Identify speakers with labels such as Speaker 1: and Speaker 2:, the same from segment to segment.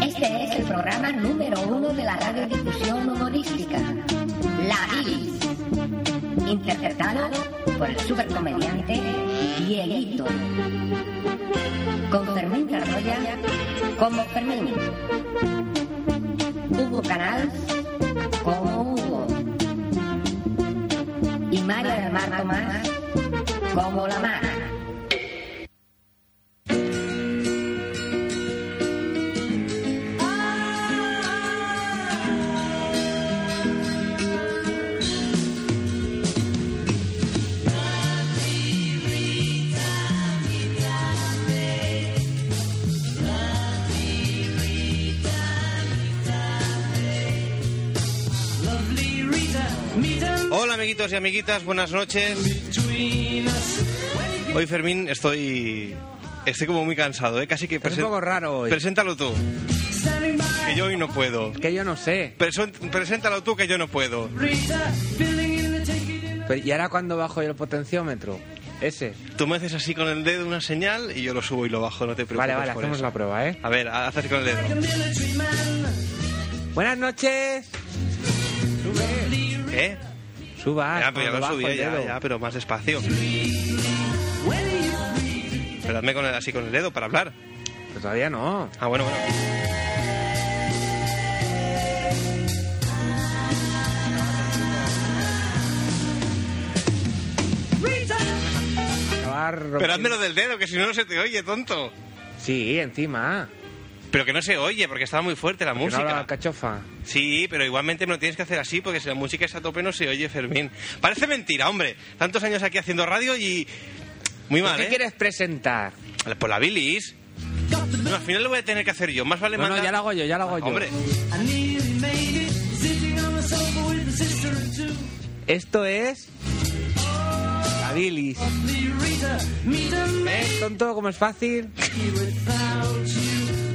Speaker 1: Este es el programa número uno de la radiodifusión humorística, La Bilis, interpretado por el supercomediante Dieguito, con Fermín Carroya como Fermín, Hugo Canals como Hugo y María del Mar Tomás como La Mara.
Speaker 2: Hola amiguitos y amiguitas, buenas noches. Hoy Fermín estoy estoy como muy cansado, ¿eh? casi que
Speaker 3: Es
Speaker 2: presen-
Speaker 3: un poco raro hoy.
Speaker 2: Preséntalo tú, que yo hoy no puedo.
Speaker 3: que yo no sé.
Speaker 2: Presen- Preséntalo tú que yo no puedo.
Speaker 3: Pero, ¿Y ahora cuándo bajo yo el potenciómetro? Ese.
Speaker 2: Tú me haces así con el dedo una señal y yo lo subo y lo bajo, no te preocupes.
Speaker 3: Vale, vale,
Speaker 2: por
Speaker 3: hacemos
Speaker 2: eso.
Speaker 3: la prueba, ¿eh?
Speaker 2: A ver, haz así con el dedo.
Speaker 3: Buenas noches.
Speaker 2: ¿Eh?
Speaker 3: Suba.
Speaker 2: ya, pero ya
Speaker 3: Ah, cuando
Speaker 2: lo
Speaker 3: bajo
Speaker 2: subí,
Speaker 3: el
Speaker 2: ya,
Speaker 3: dedo.
Speaker 2: ya, pero más despacio. Pero hazme con el- así con el dedo para hablar.
Speaker 3: Pero todavía no.
Speaker 2: Ah, bueno, bueno.
Speaker 3: Acabar
Speaker 2: Pero
Speaker 3: rompiendo-
Speaker 2: hazmelo del dedo, que si no, no se te oye, tonto.
Speaker 3: Sí, encima.
Speaker 2: Pero que no se oye, porque estaba muy fuerte la
Speaker 3: Que no
Speaker 2: música.
Speaker 3: hablaba cachofa.
Speaker 2: Sí, pero igualmente me lo tienes que hacer así, porque si la música es a tope no se oye, Fermín. Parece mentira, hombre. Tantos años aquí haciendo radio y... Muy mal,
Speaker 3: ¿Qué
Speaker 2: ¿eh?
Speaker 3: quieres presentar?
Speaker 2: Por la bilis. No, al final lo voy a tener que hacer yo. Más vale
Speaker 3: No, no,
Speaker 2: mandar-
Speaker 3: ya lo hago yo, ya lo hago yo.
Speaker 2: Hombre,
Speaker 3: Esto es. La bilis. ¿Ves, tonto? ¿Cómo es fácil?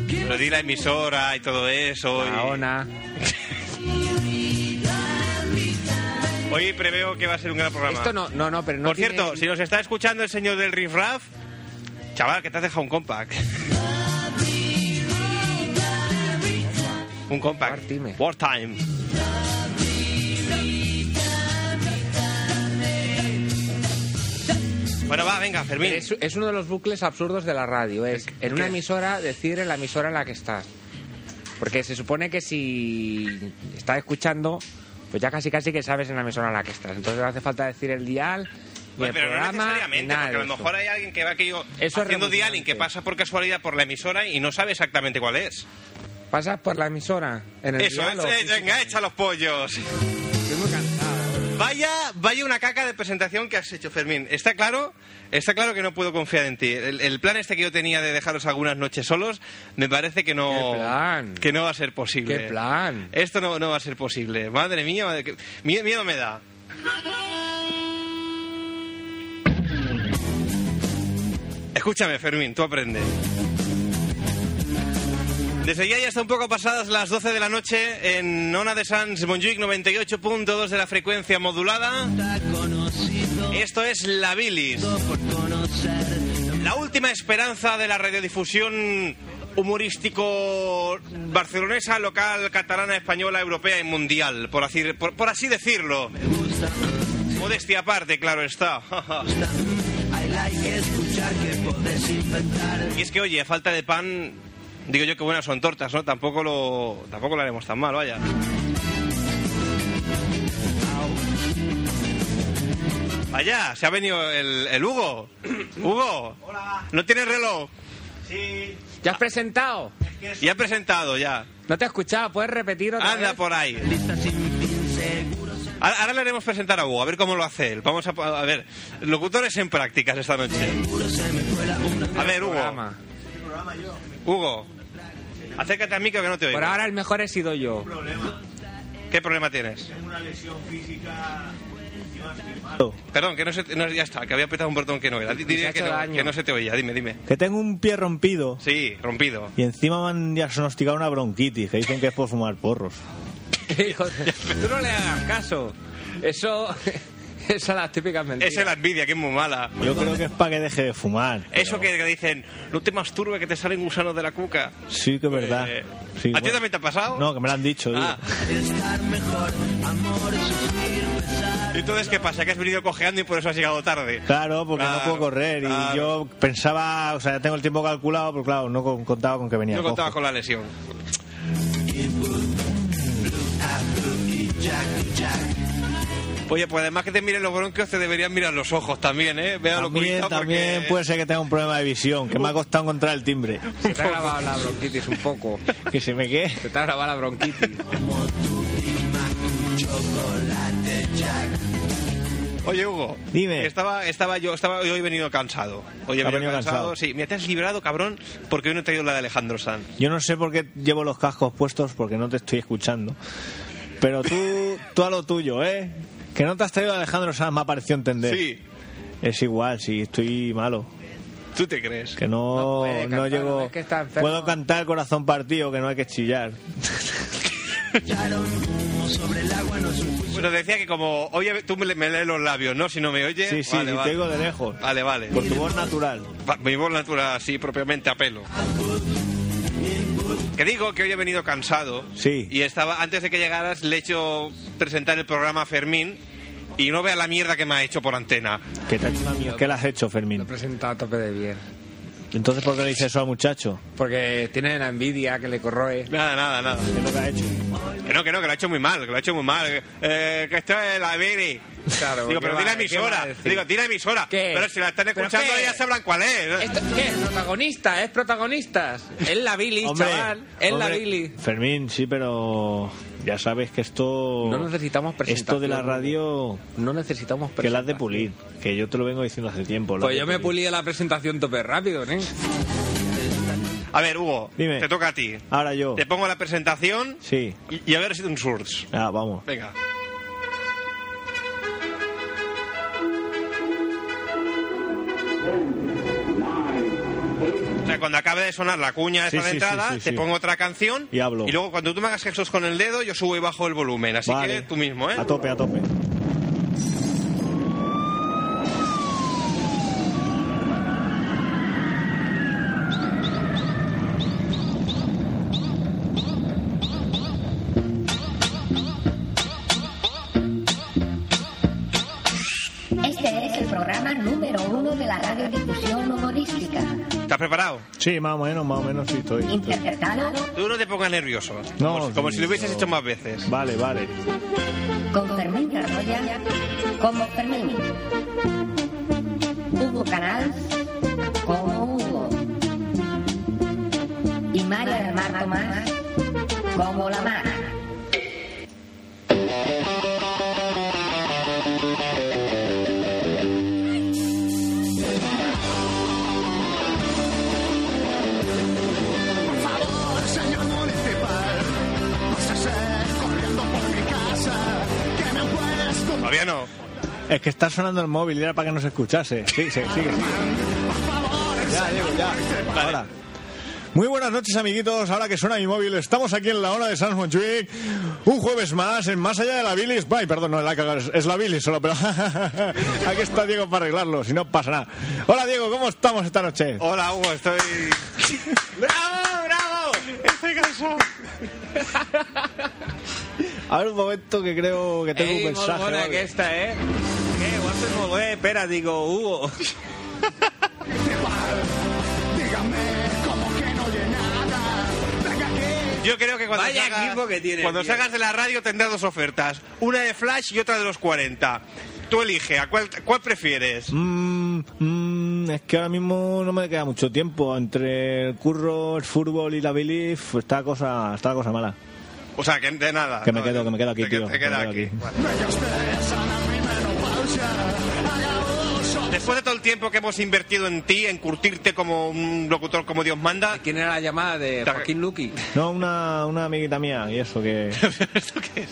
Speaker 2: pero di la emisora y todo eso. y-
Speaker 3: Ahora.
Speaker 2: Hoy preveo que va a ser un gran programa.
Speaker 3: Esto no, no, no, pero no.
Speaker 2: Por
Speaker 3: tiene-
Speaker 2: cierto, si nos está escuchando el señor del Riff Raff, chaval, que te has dejado un compact. un compact.
Speaker 3: Partime.
Speaker 2: Wartime. Bueno, va, venga, Fermín.
Speaker 3: Es, es uno de los bucles absurdos de la radio. Es en una
Speaker 2: qué?
Speaker 3: emisora decir en la emisora en la que estás. Porque se supone que si estás escuchando, pues ya casi casi que sabes en la emisora en la que estás. Entonces no hace falta decir el dial, ni
Speaker 2: Bueno,
Speaker 3: el
Speaker 2: Pues, pero no
Speaker 3: programa, ni
Speaker 2: necesariamente,
Speaker 3: nada
Speaker 2: porque a
Speaker 3: de
Speaker 2: lo
Speaker 3: eso.
Speaker 2: mejor hay alguien que va aquí yo
Speaker 3: es
Speaker 2: haciendo
Speaker 3: revolucionante.
Speaker 2: dialing que pasa por casualidad por la emisora y no sabe exactamente cuál es.
Speaker 3: Pasas por la emisora en el
Speaker 2: Eso,
Speaker 3: dial o
Speaker 2: es, eh, venga,
Speaker 3: físicamente.
Speaker 2: echa los pollos.
Speaker 3: Estoy muy cansado.
Speaker 2: Vaya, vaya una caca de presentación que has hecho, Fermín. Está claro, está claro que no puedo confiar en ti. El, el plan este que yo tenía de dejaros algunas noches solos, me parece que no,
Speaker 3: ¿Qué plan?
Speaker 2: que no va a ser posible.
Speaker 3: ¿Qué plan?
Speaker 2: Esto no, no va a ser posible. Madre mía, madre- que- mie- miedo me da. Escúchame, Fermín, tú aprendes. Desde ya ya está un poco pasadas las 12 de la noche en Ona de Sans Montjuic 98.2 de la frecuencia modulada. Esto es La Bilis. La última esperanza de la radiodifusión humorístico barcelonesa, local, catalana, española, europea y mundial, por así, por- por así decirlo. Modestia aparte, claro está. Y es que, oye, a falta de pan, digo yo que buenas son tortas, ¿no? Tampoco lo, tampoco lo haremos tan mal, vaya. Vaya, se ha venido el, el Hugo. Hugo. Hola. ¿No tienes reloj?
Speaker 3: ¿Ya has presentado?
Speaker 2: Ya he presentado, ya.
Speaker 3: No te he escuchado, puedes repetir otra
Speaker 2: Anda
Speaker 3: vez?
Speaker 2: por ahí. Ahora, ahora le haremos presentar a Hugo, a ver cómo lo hace él. Vamos a, a ver, locutores en prácticas esta noche. A ver, Hugo.
Speaker 3: Programa.
Speaker 2: Hugo, acércate al micro que no te oigo.
Speaker 3: Por ahora el mejor he sido yo.
Speaker 2: ¿Qué problema tienes?
Speaker 4: Tengo una lesión física
Speaker 2: Perdón, que no se. te- no, ya está, que había apretado un botón que no era. Di-
Speaker 3: se ha
Speaker 2: Diré que
Speaker 3: hecho
Speaker 2: no,
Speaker 3: daño.
Speaker 2: que no se te oía. Dime, dime.
Speaker 4: Que tengo un pie rompido.
Speaker 2: Sí, rompido.
Speaker 4: Y encima me han diagnosticado una bronquitis, que dicen que es por fumar porros.
Speaker 3: Hijo de- Tú no le hagas caso. Eso. Esas son las típicas mentiras.
Speaker 2: Esa es la envidia, que es muy mala.
Speaker 4: Yo creo que es para que deje de fumar. pero
Speaker 2: Eso que que dicen, no te masturbes que te salen gusanos de la cuca.
Speaker 4: Sí, que es verdad.
Speaker 2: Eh, ¿A
Speaker 4: Sí,
Speaker 2: ti
Speaker 4: bueno.
Speaker 2: también te ha pasado?
Speaker 4: No, que me lo han dicho. digo.
Speaker 2: Ah. Entonces, ¿qué pasa? Que has venido cojeando y por eso has llegado tarde.
Speaker 4: Claro, porque no
Speaker 2: Claro,
Speaker 4: puedo correr.
Speaker 2: claro.
Speaker 4: Y yo pensaba, o sea, ya tengo el tiempo calculado, pero claro, no con- contaba con que venía.
Speaker 2: No
Speaker 4: cojo.
Speaker 2: contabas con la lesión. Oye, pues además que te miren los bronquios, te deberían mirar los ojos también, ¿eh? Vea lo
Speaker 4: También,
Speaker 2: cuidado porque-
Speaker 4: también pues, puede ser que tenga un problema de visión, que me ha costado encontrar el timbre.
Speaker 3: Se te ha grabado la bronquitis un poco.
Speaker 4: Que se me quede.
Speaker 3: Se te ha grabado la bronquitis.
Speaker 2: Oye, Hugo.
Speaker 4: Dime.
Speaker 2: Estaba, estaba yo, estaba hoy he venido cansado. Hoy he venido,
Speaker 4: ¿Has venido
Speaker 2: cansado.
Speaker 4: cansado?
Speaker 2: Sí, me te has librado, cabrón, porque hoy no he traído la de Alejandro Sanz.
Speaker 4: Yo no sé por qué llevo los cascos puestos porque no te estoy escuchando. Pero tú, tú a lo tuyo, ¿eh? Que no te has traído a Alejandro Sanz, me ha parecido entender.
Speaker 2: Sí.
Speaker 4: Es igual, si estoy malo.
Speaker 2: ¿Tú te crees?
Speaker 4: Que
Speaker 3: No
Speaker 4: no, no,
Speaker 3: puede cantar,
Speaker 4: llego.
Speaker 3: es que está enfermo.
Speaker 4: Puedo cantar corazón partido, que no hay que chillar.
Speaker 2: Bueno, decía que como hoy he- tú me, le- me lees los labios, ¿no? Si no me oyes.
Speaker 4: Sí, sí,
Speaker 2: vale,
Speaker 4: si
Speaker 2: vale.
Speaker 4: te oigo de Pues lejos.
Speaker 2: Vale, vale.
Speaker 4: Por tu voz natural.
Speaker 2: Pa- Mi voz natural, así propiamente a pelo. Que digo que hoy he venido cansado.
Speaker 4: Sí.
Speaker 2: Y estaba, antes de que llegaras, le he hecho presentar el programa a Fermín. Y no vea la mierda que me ha hecho por antena.
Speaker 4: Que te ha hecho una mierda. ¿Qué le has hecho,
Speaker 3: Lo he
Speaker 4: Fermín?
Speaker 3: presentado a tope de bien.
Speaker 4: Entonces, ¿por qué le dices eso al muchacho?
Speaker 3: Porque tiene la envidia que le corroe.
Speaker 2: Nada, nada, nada.
Speaker 4: ¿Qué es lo que ha hecho?
Speaker 2: Que no, que no, que lo ha hecho muy mal, que lo ha hecho muy mal. Eh, que esto es la Biri.
Speaker 3: Claro,
Speaker 2: Digo,
Speaker 3: ¿qué
Speaker 2: pero tiene
Speaker 3: va- qué va
Speaker 2: emisora.
Speaker 3: a decir?
Speaker 2: Digo, tiene emisora.
Speaker 3: ¿Qué?
Speaker 2: Pero si la están
Speaker 3: ¿Pero
Speaker 2: escuchando,
Speaker 3: qué?
Speaker 2: ya sabrán cuál es.
Speaker 3: ¿Esto qué es? ¿Protagonista? ¿Es protagonistas? Es la bilis, chaval. Es la
Speaker 4: hombre,
Speaker 3: bilis.
Speaker 4: Fermín, sí, pero ya sabes que esto.
Speaker 3: No necesitamos
Speaker 4: Esto de la
Speaker 3: presentación.
Speaker 4: radio,
Speaker 3: No necesitamos
Speaker 4: que la has de
Speaker 3: presentación.
Speaker 4: pulir. Que yo te lo vengo diciendo hace tiempo. la has
Speaker 3: Pues
Speaker 4: de
Speaker 3: yo me he
Speaker 4: pulir.
Speaker 3: pulido la presentación tope rápido, ¿eh?
Speaker 2: A ver, Hugo,
Speaker 4: Dime.
Speaker 2: te toca a ti.
Speaker 4: Ahora yo.
Speaker 2: Te pongo la presentación
Speaker 4: Sí.
Speaker 2: y, y a ver si te insurts.
Speaker 4: Ah, vamos.
Speaker 2: Venga. O sea, cuando acabe de sonar la cuña esa
Speaker 4: Sí,
Speaker 2: de
Speaker 4: sí,
Speaker 2: entrada,
Speaker 4: sí, sí,
Speaker 2: te
Speaker 4: sí.
Speaker 2: pongo otra canción
Speaker 4: Y hablo.
Speaker 2: luego cuando tú me hagas gestos con el dedo, yo subo y bajo el volumen. Así
Speaker 4: vale.
Speaker 2: que tú mismo, ¿eh?
Speaker 4: A tope, a tope.
Speaker 1: Este es el programa número uno de la radiodifusión humorística,
Speaker 2: ¿Estás preparado?
Speaker 4: Sí, más o menos, más o menos sí estoy.
Speaker 1: interpretado
Speaker 2: Tú no te pongas nervioso.
Speaker 4: No,
Speaker 2: como, si- como
Speaker 4: sí,
Speaker 2: si lo hubieses
Speaker 4: no.
Speaker 2: hecho más veces.
Speaker 4: Vale, vale.
Speaker 1: con Fermín Arroya como Fermín, Hugo Canal como Hugo y María del Mar Tomás como la Mar.
Speaker 2: Todavía no.
Speaker 4: Es que está sonando el móvil y era para que nos escuchase. Sí, sí, sigue, sigue. Ya, Diego, ya. Ahora. Muy buenas noches, amiguitos. Ahora que suena mi móvil, estamos aquí en la hora de Sans Montjuic. Un jueves más, en Más Allá de la Bilis. Ay, perdón, no, la he cagado, es, es la Bilis solo, pero aquí está Diego para arreglarlo, si no pasa nada. Hola, Diego, ¿cómo estamos esta noche?
Speaker 2: Hola, Hugo, estoy. ¡Bravo, bravo! Estoy cansado.
Speaker 4: A ver un momento que creo que tengo un
Speaker 3: Ey,
Speaker 4: mensaje.
Speaker 3: molt bona
Speaker 4: o algo.
Speaker 3: aquesta, eh? Eh, ho has fet molt bé, Pere, digo, Hugo.
Speaker 2: Yo creo que cuando,
Speaker 3: Vaya
Speaker 2: salgas,
Speaker 3: equipo que tiene,
Speaker 2: cuando
Speaker 3: tío.
Speaker 2: salgas de la radio tendrás dos ofertas: una de Flash y otra de los 40. Tú elige, ¿a cuál, cuál prefieres?
Speaker 4: Mm, mm, es que ahora mismo no me queda mucho tiempo. Entre el curro, el fútbol y la bilif, está la cosa, está la cosa mala.
Speaker 2: O sea, que de nada.
Speaker 4: Que me quedo, que me quedo aquí,
Speaker 2: te,
Speaker 4: tío,
Speaker 2: Te
Speaker 4: que me
Speaker 2: queda
Speaker 4: quedo
Speaker 2: aquí.
Speaker 4: aquí.
Speaker 2: Vale. Después después de todo el tiempo que hemos invertido en ti, en curtirte como un locutor como Dios manda,
Speaker 3: ¿Quién era la llamada de
Speaker 2: Ta-
Speaker 3: Joaquín Luqui?
Speaker 4: No, una, una amiguita mía, y eso, que,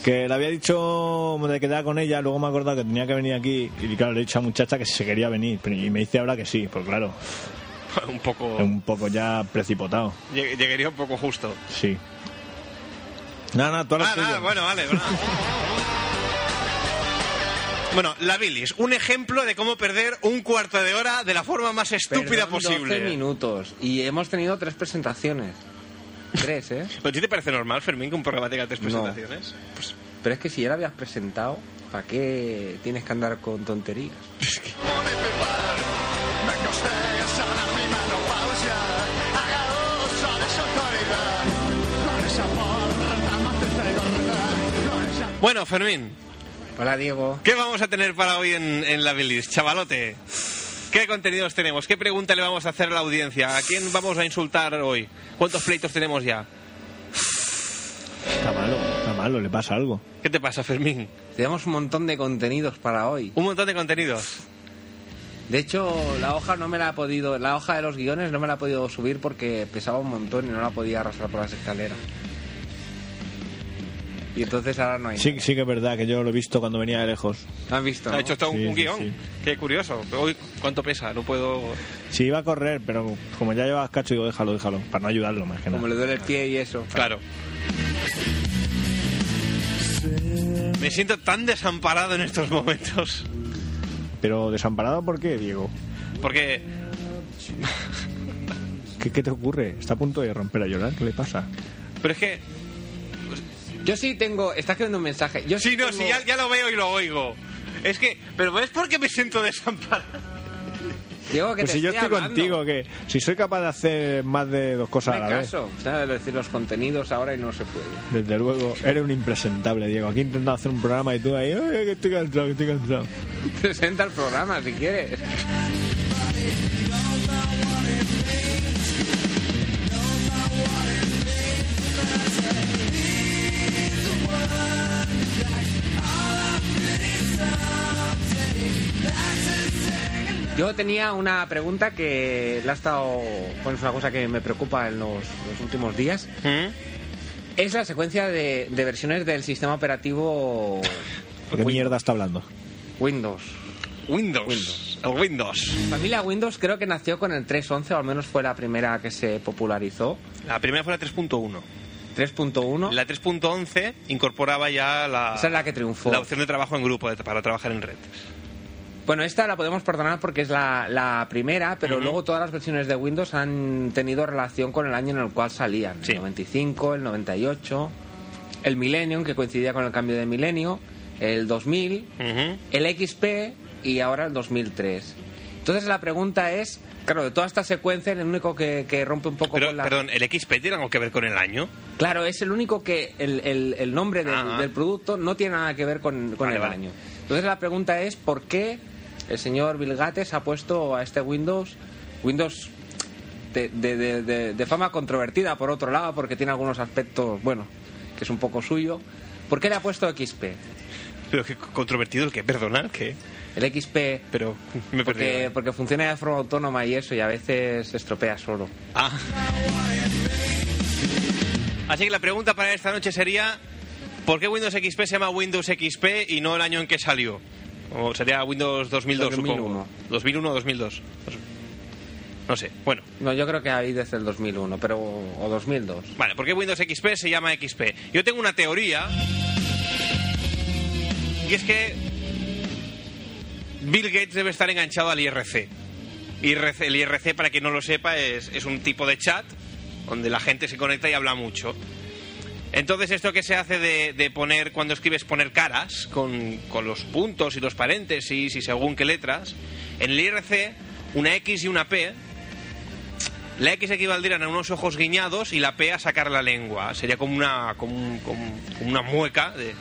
Speaker 4: que le había dicho de quedar con ella, luego me he acordado que tenía que venir aquí, y claro, le he dicho a muchacha que si se quería venir, pero- y me dice ahora que sí, pues claro,
Speaker 2: un poco.
Speaker 4: es un poco ya precipitado,
Speaker 2: lleg- Llegaría un poco justo.
Speaker 4: sí. Nada, nada, tú ahora
Speaker 2: Ah,
Speaker 4: tuyo.
Speaker 2: nada, bueno, vale. bueno. Bueno, la bilis, un ejemplo de cómo perder un cuarto de hora de la forma más estúpida
Speaker 3: Perdón, 12
Speaker 2: posible.
Speaker 3: minutos. Y hemos tenido tres presentaciones. Tres, ¿eh?
Speaker 2: ¿Pero ¿A ti te parece normal, Fermín, que un programa tenga tres presentaciones?
Speaker 3: Pero es que si ya la habías presentado, ¿para qué tienes que andar con tonterías?
Speaker 2: Bueno, Fermín,
Speaker 3: Hola, Diego.
Speaker 2: ¿qué vamos a tener para hoy en, en la bilis, chavalote? ¿Qué contenidos tenemos? ¿Qué pregunta le vamos a hacer a la audiencia? ¿A quién vamos a insultar hoy? ¿Cuántos pleitos tenemos ya?
Speaker 4: Está malo, está malo, le pasa algo.
Speaker 2: ¿Qué te pasa, Fermín?
Speaker 3: Tenemos un montón de contenidos para hoy.
Speaker 2: Un montón de contenidos.
Speaker 3: De hecho, la hoja no me la ha podido, la hoja de los guiones no me la ha podido subir porque pesaba un montón y no la podía arrastrar por las escaleras. Y entonces ahora no hay.
Speaker 4: Sí, sí que es verdad que yo lo he visto cuando venía de lejos.
Speaker 3: ¿Lo has visto?
Speaker 2: Ha
Speaker 3: no?
Speaker 2: hecho todo un,
Speaker 4: Sí,
Speaker 2: un
Speaker 4: sí,
Speaker 2: guión.
Speaker 4: sí.
Speaker 2: Qué curioso. Hoy, ¿Cuánto pesa? No puedo...
Speaker 4: Sí, iba a correr, pero como ya llevas cacho, digo, déjalo, déjalo, para no ayudarlo más que nada.
Speaker 3: Como le duele el pie y eso.
Speaker 2: Claro. Me siento tan desamparado en estos momentos.
Speaker 4: Pero desamparado, ¿por qué, Diego?
Speaker 2: Porque
Speaker 4: ¿Qué, ¿Qué te ocurre? Está a punto de romper a llorar, ¿qué le pasa?
Speaker 2: Pero es que.
Speaker 3: Yo sí tengo. Estás escribiendo un mensaje. Yo
Speaker 2: Sí, no,
Speaker 3: tengo-
Speaker 2: sí, ya, ya lo veo y lo oigo. Es que. Pero ¿ves por qué me siento desamparado?
Speaker 3: Diego, que
Speaker 4: Pues
Speaker 3: te
Speaker 4: si yo estoy
Speaker 3: hablando.
Speaker 4: contigo, que si soy capaz de hacer más de dos cosas a
Speaker 3: No
Speaker 4: la
Speaker 3: hay caso. Sabes decir los contenidos ahora y no se puede.
Speaker 4: vez, desde luego, eres un impresentable, Diego. Aquí intentando hacer un programa y tú ahí, "Ay, que estoy cansado, que estoy cansado.
Speaker 3: Presenta el programa si quieres. Yo tenía una pregunta que la ha estado. Bueno, es una cosa que me preocupa en los, los últimos días.
Speaker 4: ¿Mm?
Speaker 3: Es la secuencia de, de versiones del sistema operativo
Speaker 4: ¿Por qué mierda está hablando?
Speaker 3: Windows.
Speaker 2: Windows.
Speaker 3: Windows.
Speaker 2: El Windows.
Speaker 3: La familia Windows creo que nació con el 3.11, o al menos fue la primera que se popularizó.
Speaker 2: La primera fue la 3.1.
Speaker 3: 3.1.
Speaker 2: La 3.11 incorporaba ya la.
Speaker 3: Esa es la que triunfó.
Speaker 2: la opción de trabajo en grupo, de- para trabajar en red.
Speaker 3: Bueno, esta la podemos perdonar porque es la, la primera, pero
Speaker 2: Ujú.
Speaker 3: luego todas las versiones de Windows han tenido relación con el año en el cual salían.
Speaker 2: Sí.
Speaker 3: El 95, el 98, el Millennium, que coincidía con el cambio de milenio, el 2000,
Speaker 2: Ujú.
Speaker 3: el XP y ahora el 2003. Entonces la pregunta es, claro, de toda esta secuencia, el único que, que rompe un poco
Speaker 2: Pero,
Speaker 3: con la...
Speaker 2: perdón, ¿el XP tiene algo que ver con el año?
Speaker 3: Claro, es el único que el, el- el nombre del,
Speaker 2: Ah.
Speaker 3: del producto no tiene nada que ver con, con
Speaker 2: Vale,
Speaker 3: el
Speaker 2: vale.
Speaker 3: año. Entonces la pregunta es por qué el señor Bill Gates ha puesto a este Windows Windows de, de- de- de- de fama controvertida por otro lado porque tiene algunos aspectos bueno que es un poco suyo. ¿Por qué le ha puesto XP?
Speaker 2: Pero qué controvertido el que, perdonar, que.
Speaker 3: El XP
Speaker 2: Pero me ¿eh?
Speaker 3: porque,
Speaker 2: perdí.
Speaker 3: porque funciona de forma autónoma y eso y a veces se estropea solo.
Speaker 2: Ah. Así que la pregunta para esta noche sería: ¿por qué Windows XP se llama Windows XP y no el año en que salió? O sería Windows 2002,
Speaker 3: 2001.
Speaker 2: supongo. 2001 o 2002. No sé. Bueno,
Speaker 3: No, yo creo que ahí desde el 2001, pero o 2002.
Speaker 2: vale, ¿por qué Windows XP se llama XP? Yo tengo una teoría. Y es que Bill Gates debe estar enganchado al IRC. IRC el IRC, para quien no lo sepa, es, es un tipo de chat donde la gente se conecta y habla mucho. Entonces esto que se hace de, de poner, cuando escribes, poner caras con, con los puntos y los paréntesis y según qué letras, en el IRC una X y una P, la X equivaldrían a unos ojos guiñados y la P a sacar la lengua. Sería como una, como un- como- como una mueca de,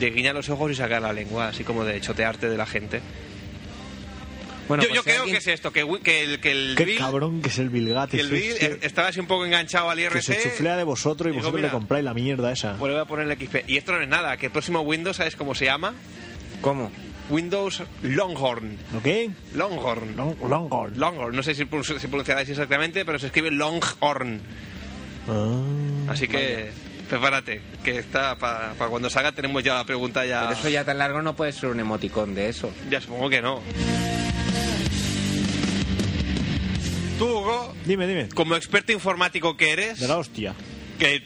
Speaker 2: de guiñar los ojos y sacar la lengua, así como de chotearte de la gente.
Speaker 3: Bueno,
Speaker 2: yo
Speaker 3: pues
Speaker 2: yo
Speaker 3: si
Speaker 2: creo
Speaker 3: alguien-
Speaker 2: que es esto, que, wi- que el, que el
Speaker 4: Qué
Speaker 2: Bill-
Speaker 4: cabrón que es el Bill Gates,
Speaker 2: que el Bill
Speaker 4: este,
Speaker 2: estaba así un poco enganchado al IRC.
Speaker 4: que se chuflea de vosotros y
Speaker 2: Digo,
Speaker 4: vosotros
Speaker 2: mira.
Speaker 4: le compráis la mierda esa.
Speaker 2: Vuelve a ponerle XP. Y esto no es nada, que el próximo Windows, ¿sabes cómo se llama?
Speaker 3: ¿Cómo?
Speaker 2: Windows Longhorn.
Speaker 4: ¿Ok?
Speaker 2: Longhorn.
Speaker 4: Long, Longhorn.
Speaker 2: Longhorn. No sé si, pronun- si pronunciaráis exactamente, pero se escribe Longhorn.
Speaker 4: Ah.
Speaker 2: Así que prepárate, que está para cuando salga tenemos ya la pregunta ya.
Speaker 3: Por eso ya tan largo no puede ser un emoticón de eso.
Speaker 2: Ya supongo que no. Tú, Hugo,
Speaker 4: Dime, dime.
Speaker 2: como experto informático que eres,
Speaker 4: De la hostia.
Speaker 2: que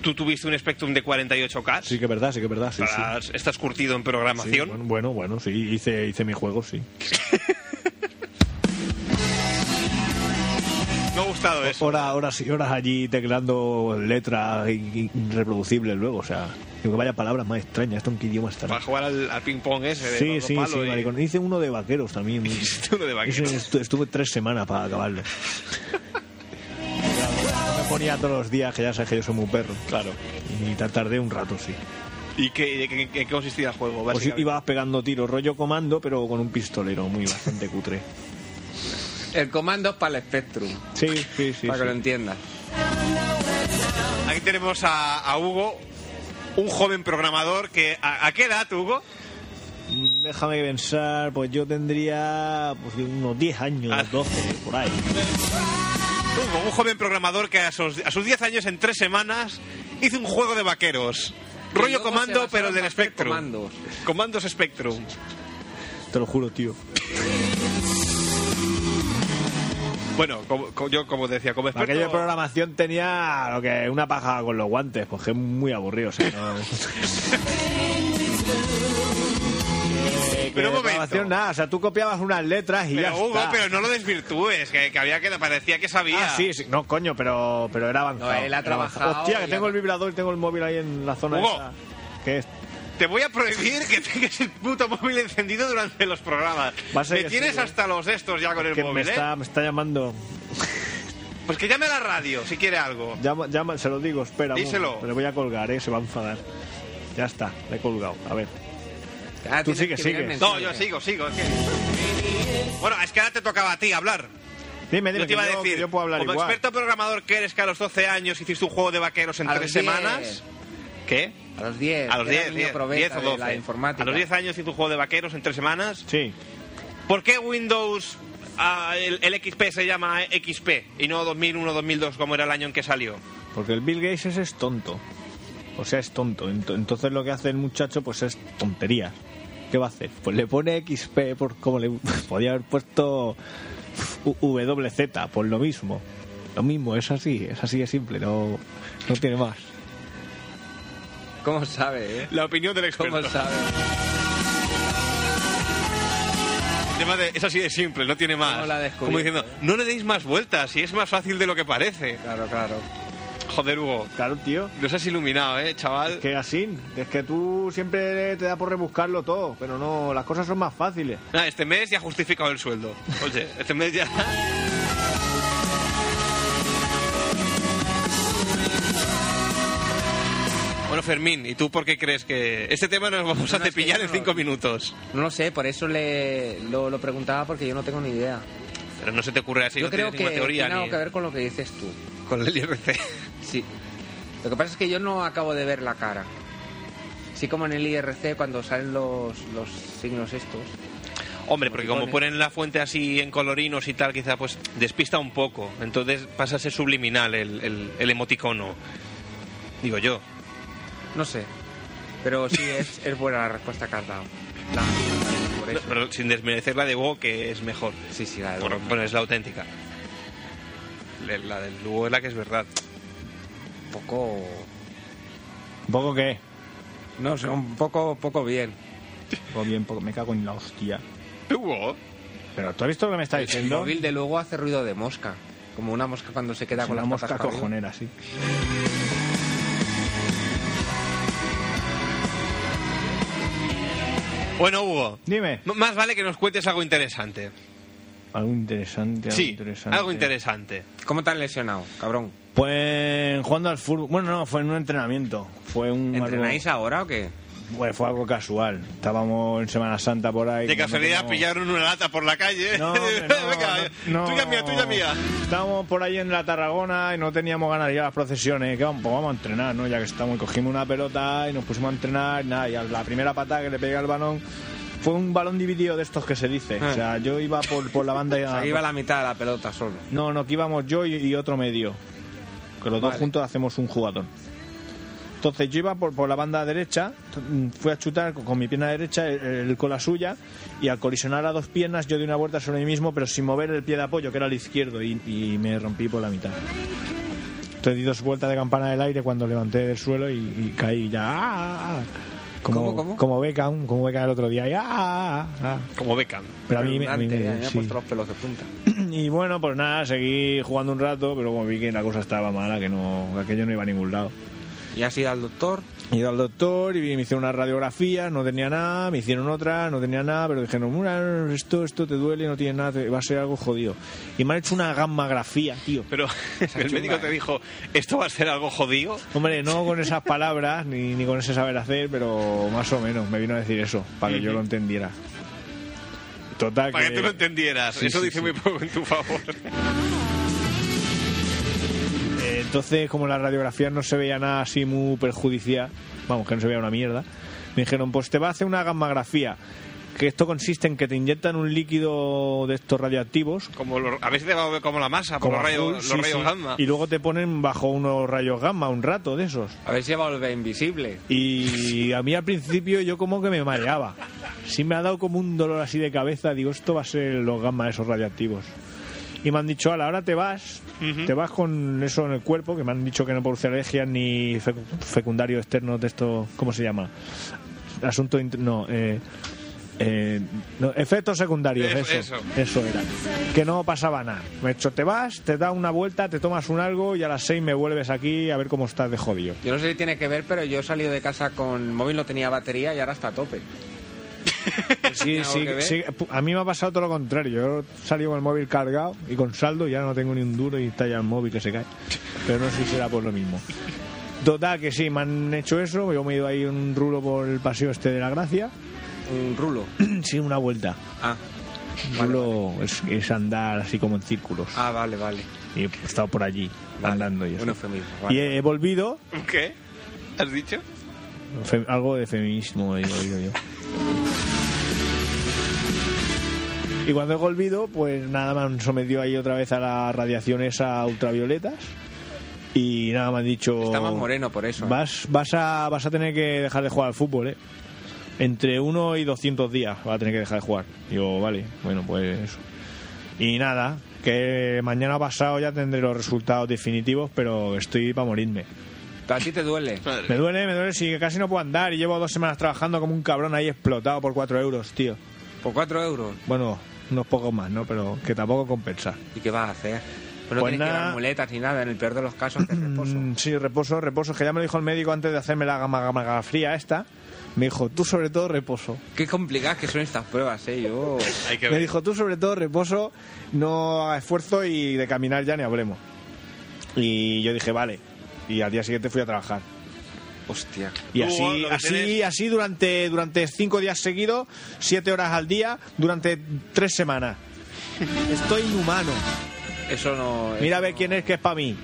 Speaker 2: tú tuviste un Spectrum de 48K,
Speaker 4: Sí que es verdad, sí que es verdad. Sí, sí.
Speaker 2: para- estás curtido en
Speaker 4: Sí,
Speaker 2: programación.
Speaker 4: bueno, bueno, bueno, sí, hice, hice mi juego, sí.
Speaker 2: Me ha gustado eso.
Speaker 4: Horas, horas y horas allí teclando letras in- in- irreproducibles luego, o sea, digo que vaya palabras más extrañas, esto en qué idioma estará.
Speaker 2: Para jugar al, al ping-pong ese de
Speaker 4: Sí,
Speaker 2: Pablo
Speaker 4: sí, sí,
Speaker 2: Palo y-
Speaker 4: maricón. Hice uno de vaqueros también. Hice
Speaker 2: uno de vaqueros.
Speaker 4: estu- estuve tres semanas para acabarlo. Me ponía todos los días, que ya sabes que yo soy muy perro. Claro. Y tar- tardé un rato, sí.
Speaker 2: ¿Y qué, qué- qué- qué consistía el juego?
Speaker 4: Pues
Speaker 2: básicamente?
Speaker 4: ibas pegando tiros, rollo comando, pero con un pistolero muy bastante cutre.
Speaker 3: El comando es para el Spectrum,
Speaker 4: Sí, sí, sí.
Speaker 3: para que lo
Speaker 4: sí.
Speaker 3: entiendas.
Speaker 2: Aquí tenemos a, a Hugo, un joven programador que... ¿A, a qué edad, Hugo?
Speaker 4: Mm, Déjame pensar, pues yo tendría pues, unos 10
Speaker 2: Ah.
Speaker 4: años, 12, por ahí.
Speaker 2: Hugo, un joven programador que a sus, a sus 10 años, en 3 semanas, hizo un juego de vaqueros.
Speaker 3: Y
Speaker 2: Rollo
Speaker 3: luego se
Speaker 2: comando,
Speaker 3: basaron
Speaker 2: pero del
Speaker 3: para hacer
Speaker 2: Spectrum.
Speaker 3: comandos.
Speaker 2: Comandos Spectrum.
Speaker 4: Te lo juro, tío.
Speaker 2: Bueno, como, co- yo como decía, como experto...
Speaker 4: Aquello de programación tenía lo que una paja con los guantes, porque es muy aburrido. o sea, no- eh, Que- que
Speaker 2: Pero un
Speaker 4: de
Speaker 2: momento.
Speaker 4: programación nada, o sea, tú copiabas unas letras y ya
Speaker 2: Pero Hugo,
Speaker 4: está.
Speaker 2: pero no lo desvirtúes, que, que había que... Parecía que sabía.
Speaker 4: Ah, sí, sí, no, coño, pero, pero era avanzado.
Speaker 3: No, él ha
Speaker 4: era avanzado.
Speaker 3: trabajado
Speaker 4: Hostia, que
Speaker 3: y
Speaker 4: tengo
Speaker 3: ha-
Speaker 4: el vibrador y tengo el móvil ahí en la zona
Speaker 2: Hugo.
Speaker 4: esa. ¿Qué es?
Speaker 2: Te voy a prohibir que tengas el puto móvil encendido durante los programas.
Speaker 4: Va a ser
Speaker 2: Me
Speaker 4: que
Speaker 2: tienes
Speaker 4: sí, ¿eh?
Speaker 2: hasta los estos ya con el
Speaker 4: Que me,
Speaker 2: móvil, ¿eh?
Speaker 4: está, me está llamando.
Speaker 2: Pues que llame a la radio si quiere algo.
Speaker 4: Llama, llama, se lo digo, espera. un
Speaker 2: Díselo.
Speaker 4: momento, Le voy a colgar, eh, se va a enfadar. Ya está, le he colgado. A ver.
Speaker 3: Ah,
Speaker 4: Tú
Speaker 3: tienes
Speaker 4: sigue,
Speaker 3: que mirar el
Speaker 4: sigue.
Speaker 2: No,
Speaker 3: mensaje.
Speaker 2: yo sigo, sigo. es que- Bueno, es que ahora te tocaba a ti hablar.
Speaker 4: Dime, dime.
Speaker 2: Yo te iba a
Speaker 4: que yo-
Speaker 2: decir,
Speaker 4: que Yo puedo hablar
Speaker 2: como
Speaker 4: igual.
Speaker 2: experto programador que eres que a los 12 años hiciste un juego de vaqueros en
Speaker 3: A los
Speaker 2: tres
Speaker 3: 10.
Speaker 2: semanas. ¿Qué?
Speaker 3: A los 10.
Speaker 2: A los
Speaker 3: era
Speaker 2: 10,
Speaker 3: niño
Speaker 2: 10,
Speaker 3: probeta
Speaker 2: 10 o
Speaker 3: de
Speaker 2: 12.
Speaker 3: La informática.
Speaker 2: A los 10 años hiciste un juego de vaqueros en tres semanas.
Speaker 4: Sí.
Speaker 2: ¿Por qué Windows, ah, el, el XP se llama XP y no 2001, 2002 como era el año en que salió?
Speaker 4: Porque el Bill Gates ese es tonto. O sea, es tonto. Ento- Entonces lo que hace el muchacho pues es tonterías. ¿Qué va a hacer? Pues le pone XP por como le podía haber puesto U- WZ, por lo mismo. Lo mismo, es así, es así de simple, no, no tiene más.
Speaker 3: ¿Cómo sabe, eh?
Speaker 2: La opinión del experto.
Speaker 3: ¿Cómo sabe?
Speaker 2: El tema de- es así de simple, no tiene más.
Speaker 3: ¿Cómo la ha descubierto,
Speaker 2: como diciendo,
Speaker 3: eh?
Speaker 2: no le deis más vueltas y es más fácil de lo que parece.
Speaker 3: Claro, claro.
Speaker 2: Joder, Hugo.
Speaker 4: Claro, tío.
Speaker 2: Nos has iluminado, eh, chaval.
Speaker 4: Que así, es que tú siempre te da por rebuscarlo todo, pero no, las cosas son más fáciles.
Speaker 2: Nada, este mes ya ha justificado el sueldo. Oye, este mes ya. Bueno, Fermín, ¿y tú por qué crees que este tema nos vamos a
Speaker 3: Pues No, es que
Speaker 2: cepillar
Speaker 3: yo
Speaker 2: en
Speaker 3: no-
Speaker 2: cinco minutos?
Speaker 3: No lo sé, por eso le, lo, lo preguntaba porque yo no tengo ni idea.
Speaker 2: Pero no se te ocurre así,
Speaker 3: yo
Speaker 2: no
Speaker 3: creo
Speaker 2: tienes
Speaker 3: que
Speaker 2: ninguna teoría
Speaker 3: tiene algo
Speaker 2: ni
Speaker 3: que ver con lo que dices tú.
Speaker 2: con el IRC.
Speaker 3: Sí. Lo que pasa es que yo no acabo de ver la cara. Así como en el IRC cuando salen los, los signos estos.
Speaker 2: Hombre, porque como
Speaker 3: Emoticones.
Speaker 2: ponen la fuente así en colorinos y tal, quizá pues despista un poco. Entonces pasa a ser subliminal el, el- el emoticono. Digo yo.
Speaker 3: No sé. Pero sí es, es buena la respuesta que has dado. La- por
Speaker 2: No,
Speaker 3: eso.
Speaker 2: pero sin desmerecer la de Go, que es mejor.
Speaker 3: Sí, sí, la de
Speaker 2: Bueno,
Speaker 3: broma.
Speaker 2: bueno, es la auténtica. Le- La del Lugo es la que es verdad.
Speaker 3: un poco.
Speaker 4: ¿Un poco qué?
Speaker 3: No sé, un poco, poco bien.
Speaker 4: Poco bien, poco, me cago en la hostia.
Speaker 2: ¿Lugo?
Speaker 4: Pero tú has visto lo que me está
Speaker 2: Eh,
Speaker 3: El
Speaker 4: diciendo.
Speaker 3: móvil de luego hace ruido de mosca. Como una mosca cuando se queda
Speaker 4: Es
Speaker 3: con
Speaker 4: una
Speaker 3: las
Speaker 4: mosca
Speaker 3: patas para arriba.
Speaker 4: cojonera, sí.
Speaker 2: Bueno, Hugo,
Speaker 4: Dime.
Speaker 2: m- más vale que nos cuentes algo interesante.
Speaker 4: Algo interesante, algo
Speaker 2: sí,
Speaker 4: interesante.
Speaker 2: algo interesante.
Speaker 3: ¿Cómo te han lesionado, cabrón?
Speaker 4: Pues jugando al fútbol. Bueno, no, fue en un entrenamiento. Fue un.
Speaker 3: ¿Entrenáis ahora o qué?
Speaker 4: algo- Bueno, fue algo casual. Estábamos en Semana Santa por ahí.
Speaker 2: De
Speaker 4: cuando
Speaker 2: casualidad
Speaker 4: teníamos-
Speaker 2: pillaron una lata por la calle.
Speaker 4: No, hombre, no,
Speaker 2: Venga,
Speaker 4: no,
Speaker 2: tuya
Speaker 4: no.
Speaker 2: mía, tuya mía.
Speaker 4: Estábamos por ahí en la Tarragona y no teníamos ganas de ir a las procesiones. Que vamos, pues vamos a entrenar, ¿no? Ya que estamos, y cogimos una pelota y nos pusimos a entrenar. y Nada, y a la primera patada que le pegué al balón fue un balón dividido de estos que se dice.
Speaker 2: Ah.
Speaker 4: O sea, yo iba por, por la banda y
Speaker 3: Ahí iba la mitad de la pelota solo.
Speaker 4: No, no, que íbamos yo y, y otro medio. Que los dos
Speaker 3: Vale.
Speaker 4: juntos hacemos un jugador. Entonces yo iba por, por la banda derecha, t- mm, fui a chutar con, con mi pierna derecha, él él con la suya, y al colisionar a dos piernas yo di una vuelta sobre mí mismo, pero sin mover el pie de apoyo, que era el izquierdo, y, y me rompí por la mitad. Entonces di dos vueltas de campana del aire cuando levanté del suelo y, y caí ya. ¡ah! Como,
Speaker 3: ¿Cómo, cómo?
Speaker 4: como Beckham, como Beckham el otro día. y, ¡ah! ¡ah!
Speaker 2: Como Beckham.
Speaker 4: Pero a mí me... a mí
Speaker 3: Antes,
Speaker 4: me-
Speaker 3: ya me he
Speaker 4: sí.
Speaker 3: puesto los pelos de punta.
Speaker 4: Y bueno, pues nada, seguí jugando un rato, pero como vi que la cosa estaba mala, que no, que aquello no iba a ningún lado.
Speaker 3: Y así al doctor.
Speaker 4: He ido al doctor y me hicieron una radiografía, no tenía nada, me hicieron otra, no tenía nada, pero dijeron, "Mira, esto, esto te duele, no tiene nada, te- va a ser algo jodido. Y me han hecho una gammagrafía, tío.
Speaker 2: Pero el médico te dijo, ¿esto va a ser algo jodido?
Speaker 4: Hombre, no con esas palabras, ni, ni con ese saber hacer, pero más o menos me vino a decir eso, para que yo lo entendiera. Total,
Speaker 2: Para que
Speaker 4: Ah, que-
Speaker 2: tú lo entendieras.
Speaker 4: Sí,
Speaker 2: Eso
Speaker 4: sí,
Speaker 2: dice
Speaker 4: sí.
Speaker 2: muy poco en tu favor.
Speaker 4: Eh, Entonces, como en la radiografía no se veía nada así muy perjudicial, vamos, que no se veía una mierda, me dijeron, pues te va a hacer una gammagrafía, que esto consiste en que te inyectan un líquido de estos radioactivos,
Speaker 2: Como lo- a veces te va a ver como la masa, por los
Speaker 4: como
Speaker 2: rayos,
Speaker 4: azul,
Speaker 2: los
Speaker 4: sí,
Speaker 2: rayos
Speaker 4: sí,
Speaker 2: gamma.
Speaker 4: y luego te ponen bajo unos rayos gamma un rato de esos.
Speaker 3: A ver si va a volver invisible.
Speaker 4: Y a mí al principio yo como que me mareaba. Sí me ha dado como un dolor así de cabeza, digo, esto va a ser los gamma esos radioactivos. Y me han dicho, ala, ahora te vas, te vas con eso en el cuerpo, que me han dicho que no produce alergias ni fecu- fecundario externo de esto, ¿cómo se llama? Asunto, int- no, eh, eh, no, efectos secundarios,
Speaker 2: Es- eso.
Speaker 4: eso, eso. era. Que no pasaba nada. Me he hecho, te vas, te da una vuelta, te tomas un algo y a las seis me vuelves aquí a ver cómo estás de jodido.
Speaker 3: Yo no sé si tiene que ver, pero yo he salido de casa con el móvil, no tenía batería y ahora está a tope.
Speaker 4: Sí,
Speaker 3: ¿Tiene algo
Speaker 4: sí,
Speaker 3: que ver?
Speaker 4: sí. A mí me ha pasado todo lo contrario. Yo salí con el móvil cargado y con saldo y ya no tengo ni un duro y está ya el móvil que se cae. Pero no sé si será por lo mismo. Total, que sí, me han hecho eso. Yo me he ido ahí un rulo por el paseo este de la Gracia.
Speaker 3: Un rulo.
Speaker 4: Sí, una vuelta.
Speaker 3: Ah,
Speaker 4: Un rulo es, es andar así como en círculos.
Speaker 3: ah vale, vale.
Speaker 4: Y he estado por allí andando y eso.
Speaker 3: Un eufemismo.
Speaker 4: Y
Speaker 3: Vale.
Speaker 4: he, he volvido.
Speaker 2: ¿Qué? ¿Has dicho?
Speaker 4: fe- algo de feminismo he oído yo. Y cuando he volvido, pues nada, me han sometido ahí otra vez a las radiaciones a ultravioletas. Y nada, me han dicho.
Speaker 3: Está más moreno por eso. ¿eh?
Speaker 4: Vas, vas, a, vas a tener que dejar de jugar al fútbol, ¿eh? Entre 1 y 200 días vas a tener que dejar de jugar. Digo, vale, bueno, pues eso. Y nada, que mañana pasado ya tendré los resultados definitivos, pero estoy para morirme.
Speaker 3: Pero a ti te duele.
Speaker 4: Me
Speaker 2: Madre.
Speaker 4: duele, me duele, sí, que casi no puedo andar y llevo dos semanas trabajando como un cabrón ahí explotado por cuatro euros, tío.
Speaker 3: Por cuatro euros.
Speaker 4: Bueno, unos pocos más, ¿no? Pero que tampoco compensa.
Speaker 3: ¿Y qué vas a hacer? Pues no
Speaker 4: Pues
Speaker 3: tienes que
Speaker 4: nada.
Speaker 3: llevar muletas ni nada, en el peor de los casos, que reposo.
Speaker 4: Mm, sí, reposo, reposo, que ya me lo dijo el médico antes de hacerme la gama, gama, gama fría esta. Me dijo, tú sobre todo reposo.
Speaker 3: Qué complicadas que son estas pruebas, eh. Yo.
Speaker 2: Hay que
Speaker 4: Me
Speaker 2: ver.
Speaker 4: dijo, tú sobre todo reposo, no hagas esfuerzo y de caminar ya ni hablemos. Y yo dije, vale. Y al día siguiente fui a trabajar.
Speaker 3: Hostia.
Speaker 4: Y
Speaker 2: Tú,
Speaker 4: así,
Speaker 2: lo que
Speaker 4: así,
Speaker 2: tienes-
Speaker 4: así durante, durante cinco días seguidos, siete horas al día, durante tres semanas. Estoy inhumano.
Speaker 3: Eso no.
Speaker 4: Mira a
Speaker 3: eso
Speaker 4: ver
Speaker 3: no-
Speaker 4: quién es que es para mí.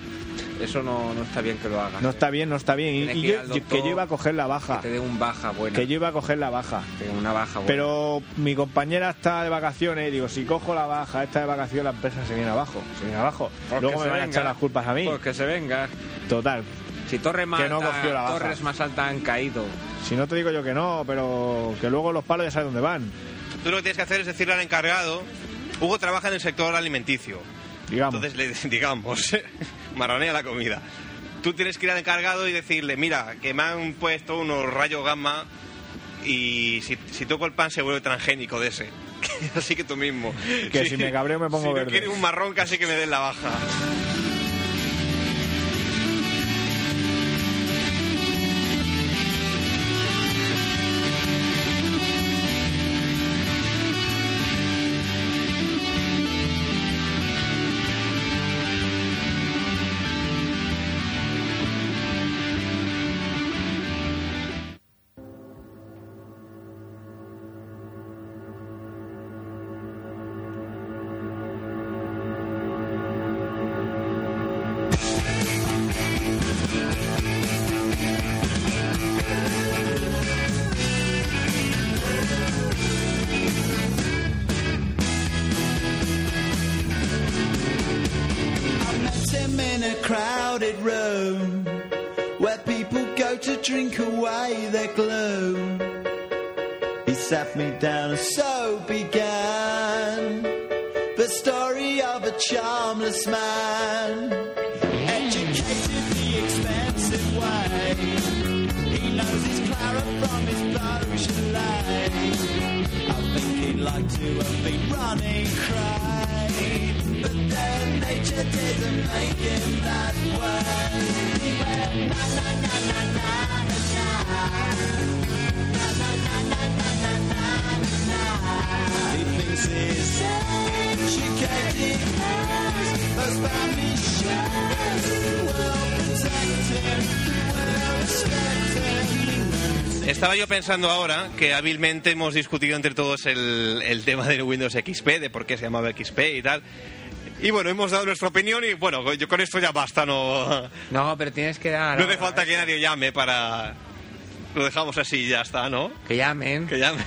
Speaker 3: Eso no, no está bien que lo hagas.
Speaker 4: No
Speaker 3: eh.
Speaker 4: está bien, no está bien.
Speaker 3: Tienes
Speaker 4: Y, y
Speaker 3: que ir
Speaker 4: yo,
Speaker 3: al
Speaker 4: yo-
Speaker 3: doctor,
Speaker 4: que yo iba a coger la baja.
Speaker 3: Que te dé un baja buena.
Speaker 4: Que yo iba a coger la baja.
Speaker 3: Que te dé una baja buena.
Speaker 4: Pero mi compañera está de vacaciones y digo, si cojo la baja, esta de vacaciones, la empresa se viene abajo. Se viene abajo.
Speaker 3: Pues que
Speaker 4: Luego me
Speaker 3: se
Speaker 4: van a
Speaker 3: venga.
Speaker 4: echar las culpas a mí.
Speaker 3: Pues que se venga.
Speaker 4: Total.
Speaker 3: Si torres más
Speaker 4: Que no
Speaker 3: altas-
Speaker 4: cogió la baja.
Speaker 3: torres más altas han caído.
Speaker 4: Si no te digo yo que no, pero que luego los palos ya saben dónde van.
Speaker 2: Tú lo que tienes que hacer es decirle al encargado. Hugo trabaja en el sector alimenticio.
Speaker 4: Digamos.
Speaker 2: Entonces le digamos, marranea la comida. Tú tienes que ir al encargado y decirle, mira, que me han puesto unos rayos gamma y si, si toco el pan se vuelve transgénico de ese. Así que tú mismo.
Speaker 4: Que si me cabreo me pongo
Speaker 2: Si no
Speaker 4: verde.
Speaker 2: quieres un marrón casi que me den la baja.
Speaker 5: I'm in a crowded room where people go to drink away their gloom. He sat me down and so began the story of a charmless man. Educated the expensive way, he knows his Clara from his Beaujolais. I think he'd like to have been running cray, but then nature didn't make him that way. He went na na na na na na na na na na na na na na. He thinks he's educated, those Spanish shows will protect him, will respect him.
Speaker 2: Estaba yo pensando ahora que hábilmente hemos discutido entre todos el, el tema del Windows XP, de por qué se llamaba XP y tal. Y bueno, hemos dado nuestra opinión y bueno, yo con esto ya basta, no,
Speaker 3: No, pero tienes que dar.
Speaker 2: no hace falta que nadie llame para... Lo dejamos así y ya está, ¿no?
Speaker 3: Que llamen.
Speaker 2: Que llame.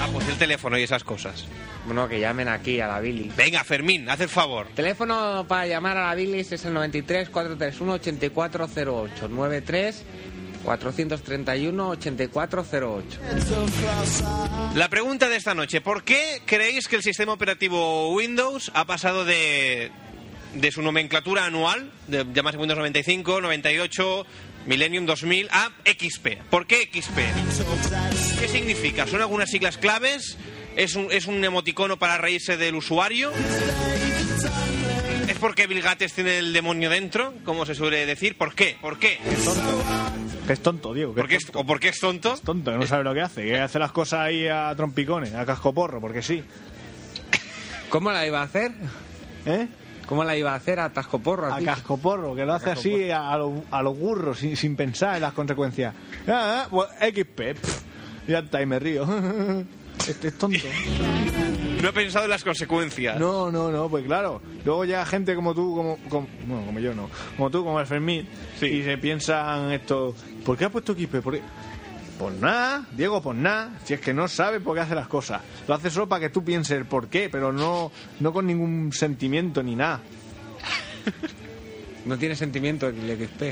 Speaker 2: Ah, pues el teléfono y esas cosas.
Speaker 3: Bueno, que llamen aquí a la Billy.
Speaker 2: Venga, Fermín, haz el favor.
Speaker 3: Teléfono para llamar a la Bilis es el 93 431 8408 93 431 8408.
Speaker 2: La pregunta de esta noche, ¿por qué creéis que el sistema operativo Windows ha pasado de, de su nomenclatura anual, de llamarse Windows 95, 98, Millennium 2000, a XP? ¿Por qué XP? ¿Qué significa? ¿Son algunas siglas claves? ¿Es un, es un emoticono para reírse del usuario? ¿Es porque Bill Gates tiene el demonio dentro, como se suele decir? ¿Por qué? ¿Por qué?
Speaker 4: Que es tonto, Diego. Que
Speaker 2: ¿Por qué
Speaker 4: es
Speaker 2: es,
Speaker 4: tonto.
Speaker 2: ¿O por qué es tonto?
Speaker 4: Es tonto, que no sabe lo que hace. Que hace las cosas ahí a trompicones, a cascoporro, porque sí.
Speaker 3: ¿Cómo la iba a hacer?
Speaker 4: ¿Eh?
Speaker 3: ¿Cómo la iba a hacer a Tascoporro?
Speaker 4: A cascoporro, que lo hace así a, a lo- a los burros, sin, sin pensar en las consecuencias. Ah, ah, bueno, XP. pf, ya está, y me río. Este es tonto.
Speaker 2: No he pensado en las consecuencias.
Speaker 4: No, no, no, pues claro. Luego llega gente como tú, como, como- bueno, como yo no, como tú, como el Fermín,
Speaker 2: Sí.
Speaker 4: y se piensan esto, ¿por qué ha puesto XP? ¿Por qué? Pues nada, Diego, pues nada, si es que no sabe por qué hace las cosas. Lo hace solo para que tú pienses el por qué, pero no, no con ningún sentimiento ni nada.
Speaker 3: No tiene sentimiento el XP.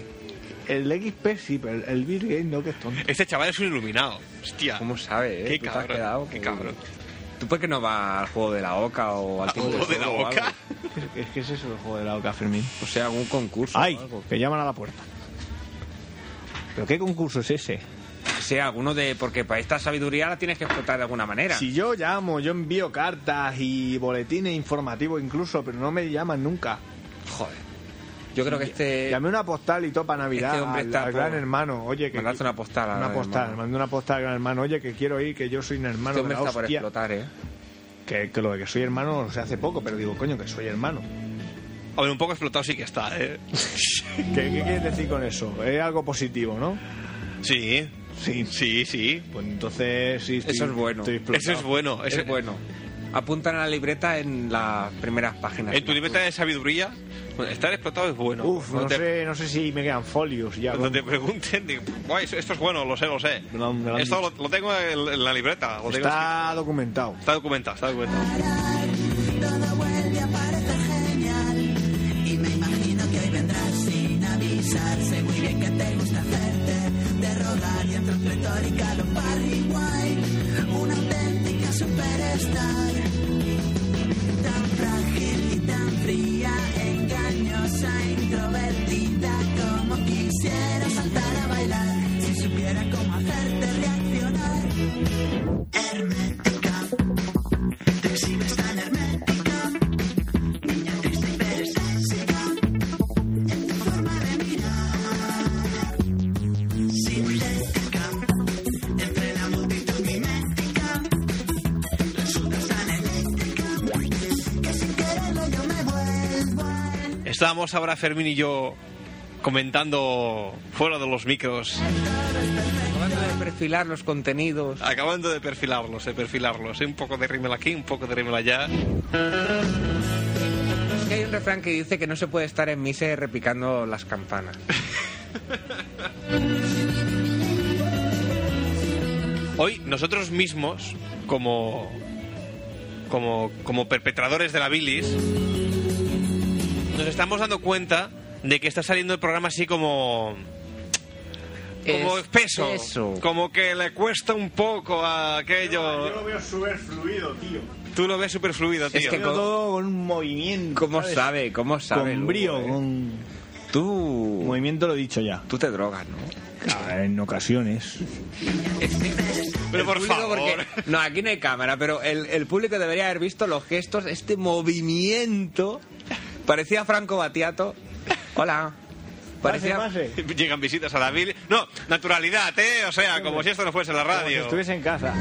Speaker 4: El XP sí, pero el, el Bill Gates no, que es tonto.
Speaker 2: Este chaval es un iluminado. Hostia.
Speaker 3: ¿Cómo sabe, eh?
Speaker 2: Qué
Speaker 3: Tú te has
Speaker 2: cabrón,
Speaker 3: quedado
Speaker 2: qué
Speaker 3: con-
Speaker 2: cabrón.
Speaker 3: ¿Tú por qué no vas al juego de la OCA o al tiempo
Speaker 2: ¿Juego de la
Speaker 3: juego o
Speaker 2: boca?
Speaker 3: algo?
Speaker 4: Es que es eso el juego de la OCA, Fermín.
Speaker 3: O sea, algún concurso.
Speaker 4: ¡Ay!
Speaker 3: o algo.
Speaker 4: Que llaman a la puerta. ¿Pero qué concurso es ese?
Speaker 3: O sea, alguno de. Porque para esta sabiduría la tienes que explotar de alguna manera.
Speaker 4: Si yo llamo, yo envío cartas y boletines informativos incluso, pero no me llaman nunca.
Speaker 3: Joder. Yo creo que este.
Speaker 4: Llamé una postal y todo para Navidad
Speaker 3: este hombre
Speaker 4: al,
Speaker 3: está
Speaker 4: al gran
Speaker 3: por-
Speaker 4: hermano. Oye, que
Speaker 3: Mandaste una postal al
Speaker 4: Una
Speaker 3: gran
Speaker 4: postal,
Speaker 3: hermano.
Speaker 4: mandé una postal al gran hermano. Oye, que quiero ir, que yo soy un hermano
Speaker 3: este hombre
Speaker 4: de la
Speaker 3: está por
Speaker 4: hostia.
Speaker 3: explotar, eh.
Speaker 4: Que, que lo de que soy hermano lo sé hace poco, pero digo, coño, que soy hermano.
Speaker 2: A ver, un poco explotado sí que está, ¿eh?
Speaker 4: ¿Qué, qué quieres decir con eso? Es algo positivo, ¿no?
Speaker 2: Sí,
Speaker 4: Sí.
Speaker 2: sí, sí.
Speaker 4: Pues entonces sí. estoy-
Speaker 3: Eso es bueno.
Speaker 4: estoy
Speaker 2: Eso
Speaker 4: explotado.
Speaker 2: es bueno.
Speaker 3: Es
Speaker 2: Ese-
Speaker 3: bueno. Apuntan a la libreta en las primeras páginas.
Speaker 2: En tu libreta de sabiduría, bueno, estar explotado es bueno.
Speaker 4: Uf,
Speaker 2: Cuando
Speaker 4: no,
Speaker 2: te,
Speaker 4: sé, no sé si me quedan folios ya.
Speaker 2: cuando te pregunten, digo, "Guay, esto es bueno, lo sé, lo sé.
Speaker 4: Me lo han- me lo han
Speaker 2: Esto lo, lo tengo en, en la libreta. lo tengo escrito.
Speaker 4: Está documentado.
Speaker 2: está documentado, está documentado.
Speaker 6: Todo vuelve a parecer genial Y me imagino que hoy vendrás sin avisar Sé muy bien que te gusta hacerte de rogar Y entre retórica lo guay Una auténtica superstar Tan frágil y tan fría Engañosa, introvertida Como quisiera saltar a bailar Si supiera cómo hacerte reaccionar Hermética te exhibes tan hermética, niña triste y persésica, en tu forma de mirar. Sintética, entre la multitud mimética, resultas tan eléctrica, que sin quererlo yo me vuelvo a
Speaker 2: Estábamos ahora Fermín y yo comentando fuera de los micros,
Speaker 3: Acabando de perfilar los contenidos.
Speaker 2: acabando de perfilarlos, de perfilarlos. ¿eh? Un poco de rímel aquí, un poco de rímel allá.
Speaker 3: Es que hay un refrán que dice que no se puede estar en mise repicando las campanas.
Speaker 2: Hoy nosotros mismos, como, como, como perpetradores de la bilis, nos estamos dando cuenta de que está saliendo el programa así como. Como espeso,
Speaker 3: Espeso.
Speaker 2: como que le cuesta un poco a aquello.
Speaker 4: veo súper fluido, tío.
Speaker 2: Tú lo ves superfluido, tío.
Speaker 3: Es que
Speaker 4: Veo todo con un movimiento.
Speaker 3: ¿Cómo
Speaker 4: ¿sabes?
Speaker 3: sabe? ¿Cómo sabe?
Speaker 4: Con
Speaker 3: Lugo,
Speaker 4: brío,
Speaker 3: eh?
Speaker 4: con
Speaker 3: Tú...
Speaker 4: movimiento lo he dicho ya.
Speaker 3: Tú te drogas, ¿no?
Speaker 4: Ah, en ocasiones.
Speaker 2: Pero
Speaker 3: El
Speaker 2: por
Speaker 3: público,
Speaker 2: favor.
Speaker 3: porque- no, aquí no hay cámara, pero el, el público debería haber visto los gestos, este movimiento. Parecía Franco Batiato. Hola. Parecía.
Speaker 4: Pase, pase.
Speaker 2: Llegan visitas a la vil. No, naturalidad, ¿eh? O sea, como si esto no fuese la
Speaker 4: Como si
Speaker 2: radio.
Speaker 4: estuviese en casa.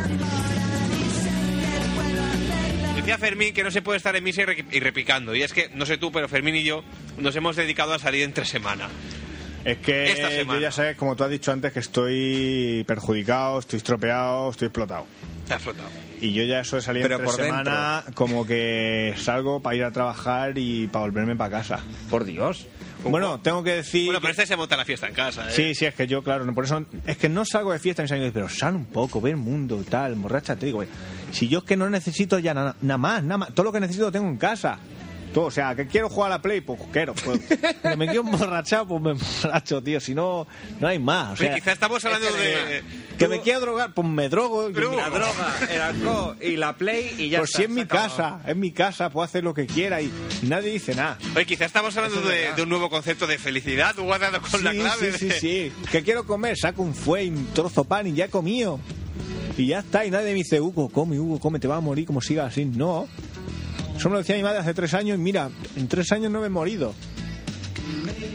Speaker 2: Decía Fermín que no se puede estar en misa y re- y repicando. Y es que, no sé tú, pero Fermín y yo nos hemos dedicado a salir entre semana.
Speaker 4: Es que
Speaker 2: Esta semana.
Speaker 4: yo ya sabes, como tú has dicho antes, que estoy perjudicado, estoy estropeado, estoy explotado.
Speaker 2: Te has flotado.
Speaker 4: Y yo ya eso de salir
Speaker 3: Pero
Speaker 4: entre
Speaker 3: por
Speaker 4: semana, como que salgo para ir a trabajar y para volverme para casa.
Speaker 3: Por Dios.
Speaker 4: Bueno, tengo que decir...
Speaker 2: Bueno, pero
Speaker 4: que-
Speaker 2: este se monta la fiesta en casa, ¿eh?
Speaker 4: Sí, sí, es que yo, claro, no, por eso... Es que no salgo de fiesta, mis amigos dicen, pero sal un poco, ve el mundo, tal, morracha, te digo, "Oye, si yo es que no necesito ya na- nada más, nada más, todo lo que necesito lo tengo en casa. Todo, o sea, que quiero jugar a la Play, pues quiero. pues. Que me quiero emborrachar, pues me emborracho, tío, si no, no hay más. O
Speaker 2: Oye,
Speaker 4: sea,
Speaker 2: quizá estamos hablando de.
Speaker 4: Este Que me quiero drogar, pues me drogo. y
Speaker 2: Pero-
Speaker 4: me-
Speaker 2: La
Speaker 3: La droga, el alcohol y la play y ya
Speaker 4: pues si es mi casa, es mi casa, puedo hacer lo que quiera y nadie dice nada.
Speaker 2: Oye, quizá estamos hablando
Speaker 4: Eso es
Speaker 2: de,
Speaker 4: verdad.
Speaker 2: de un nuevo concepto de felicidad. Tú has dado con la
Speaker 4: Sí,
Speaker 2: clave.
Speaker 4: sí, sí,
Speaker 2: de-
Speaker 4: sí. Que quiero comer, saco un fuey, un trozo de pan y ya he comido. Y ya está, y nadie me dice, Hugo, come, Hugo, come, te vas a morir como sigas así. No. Eso me lo decía mi madre hace tres años y mira, en tres años no me he morido.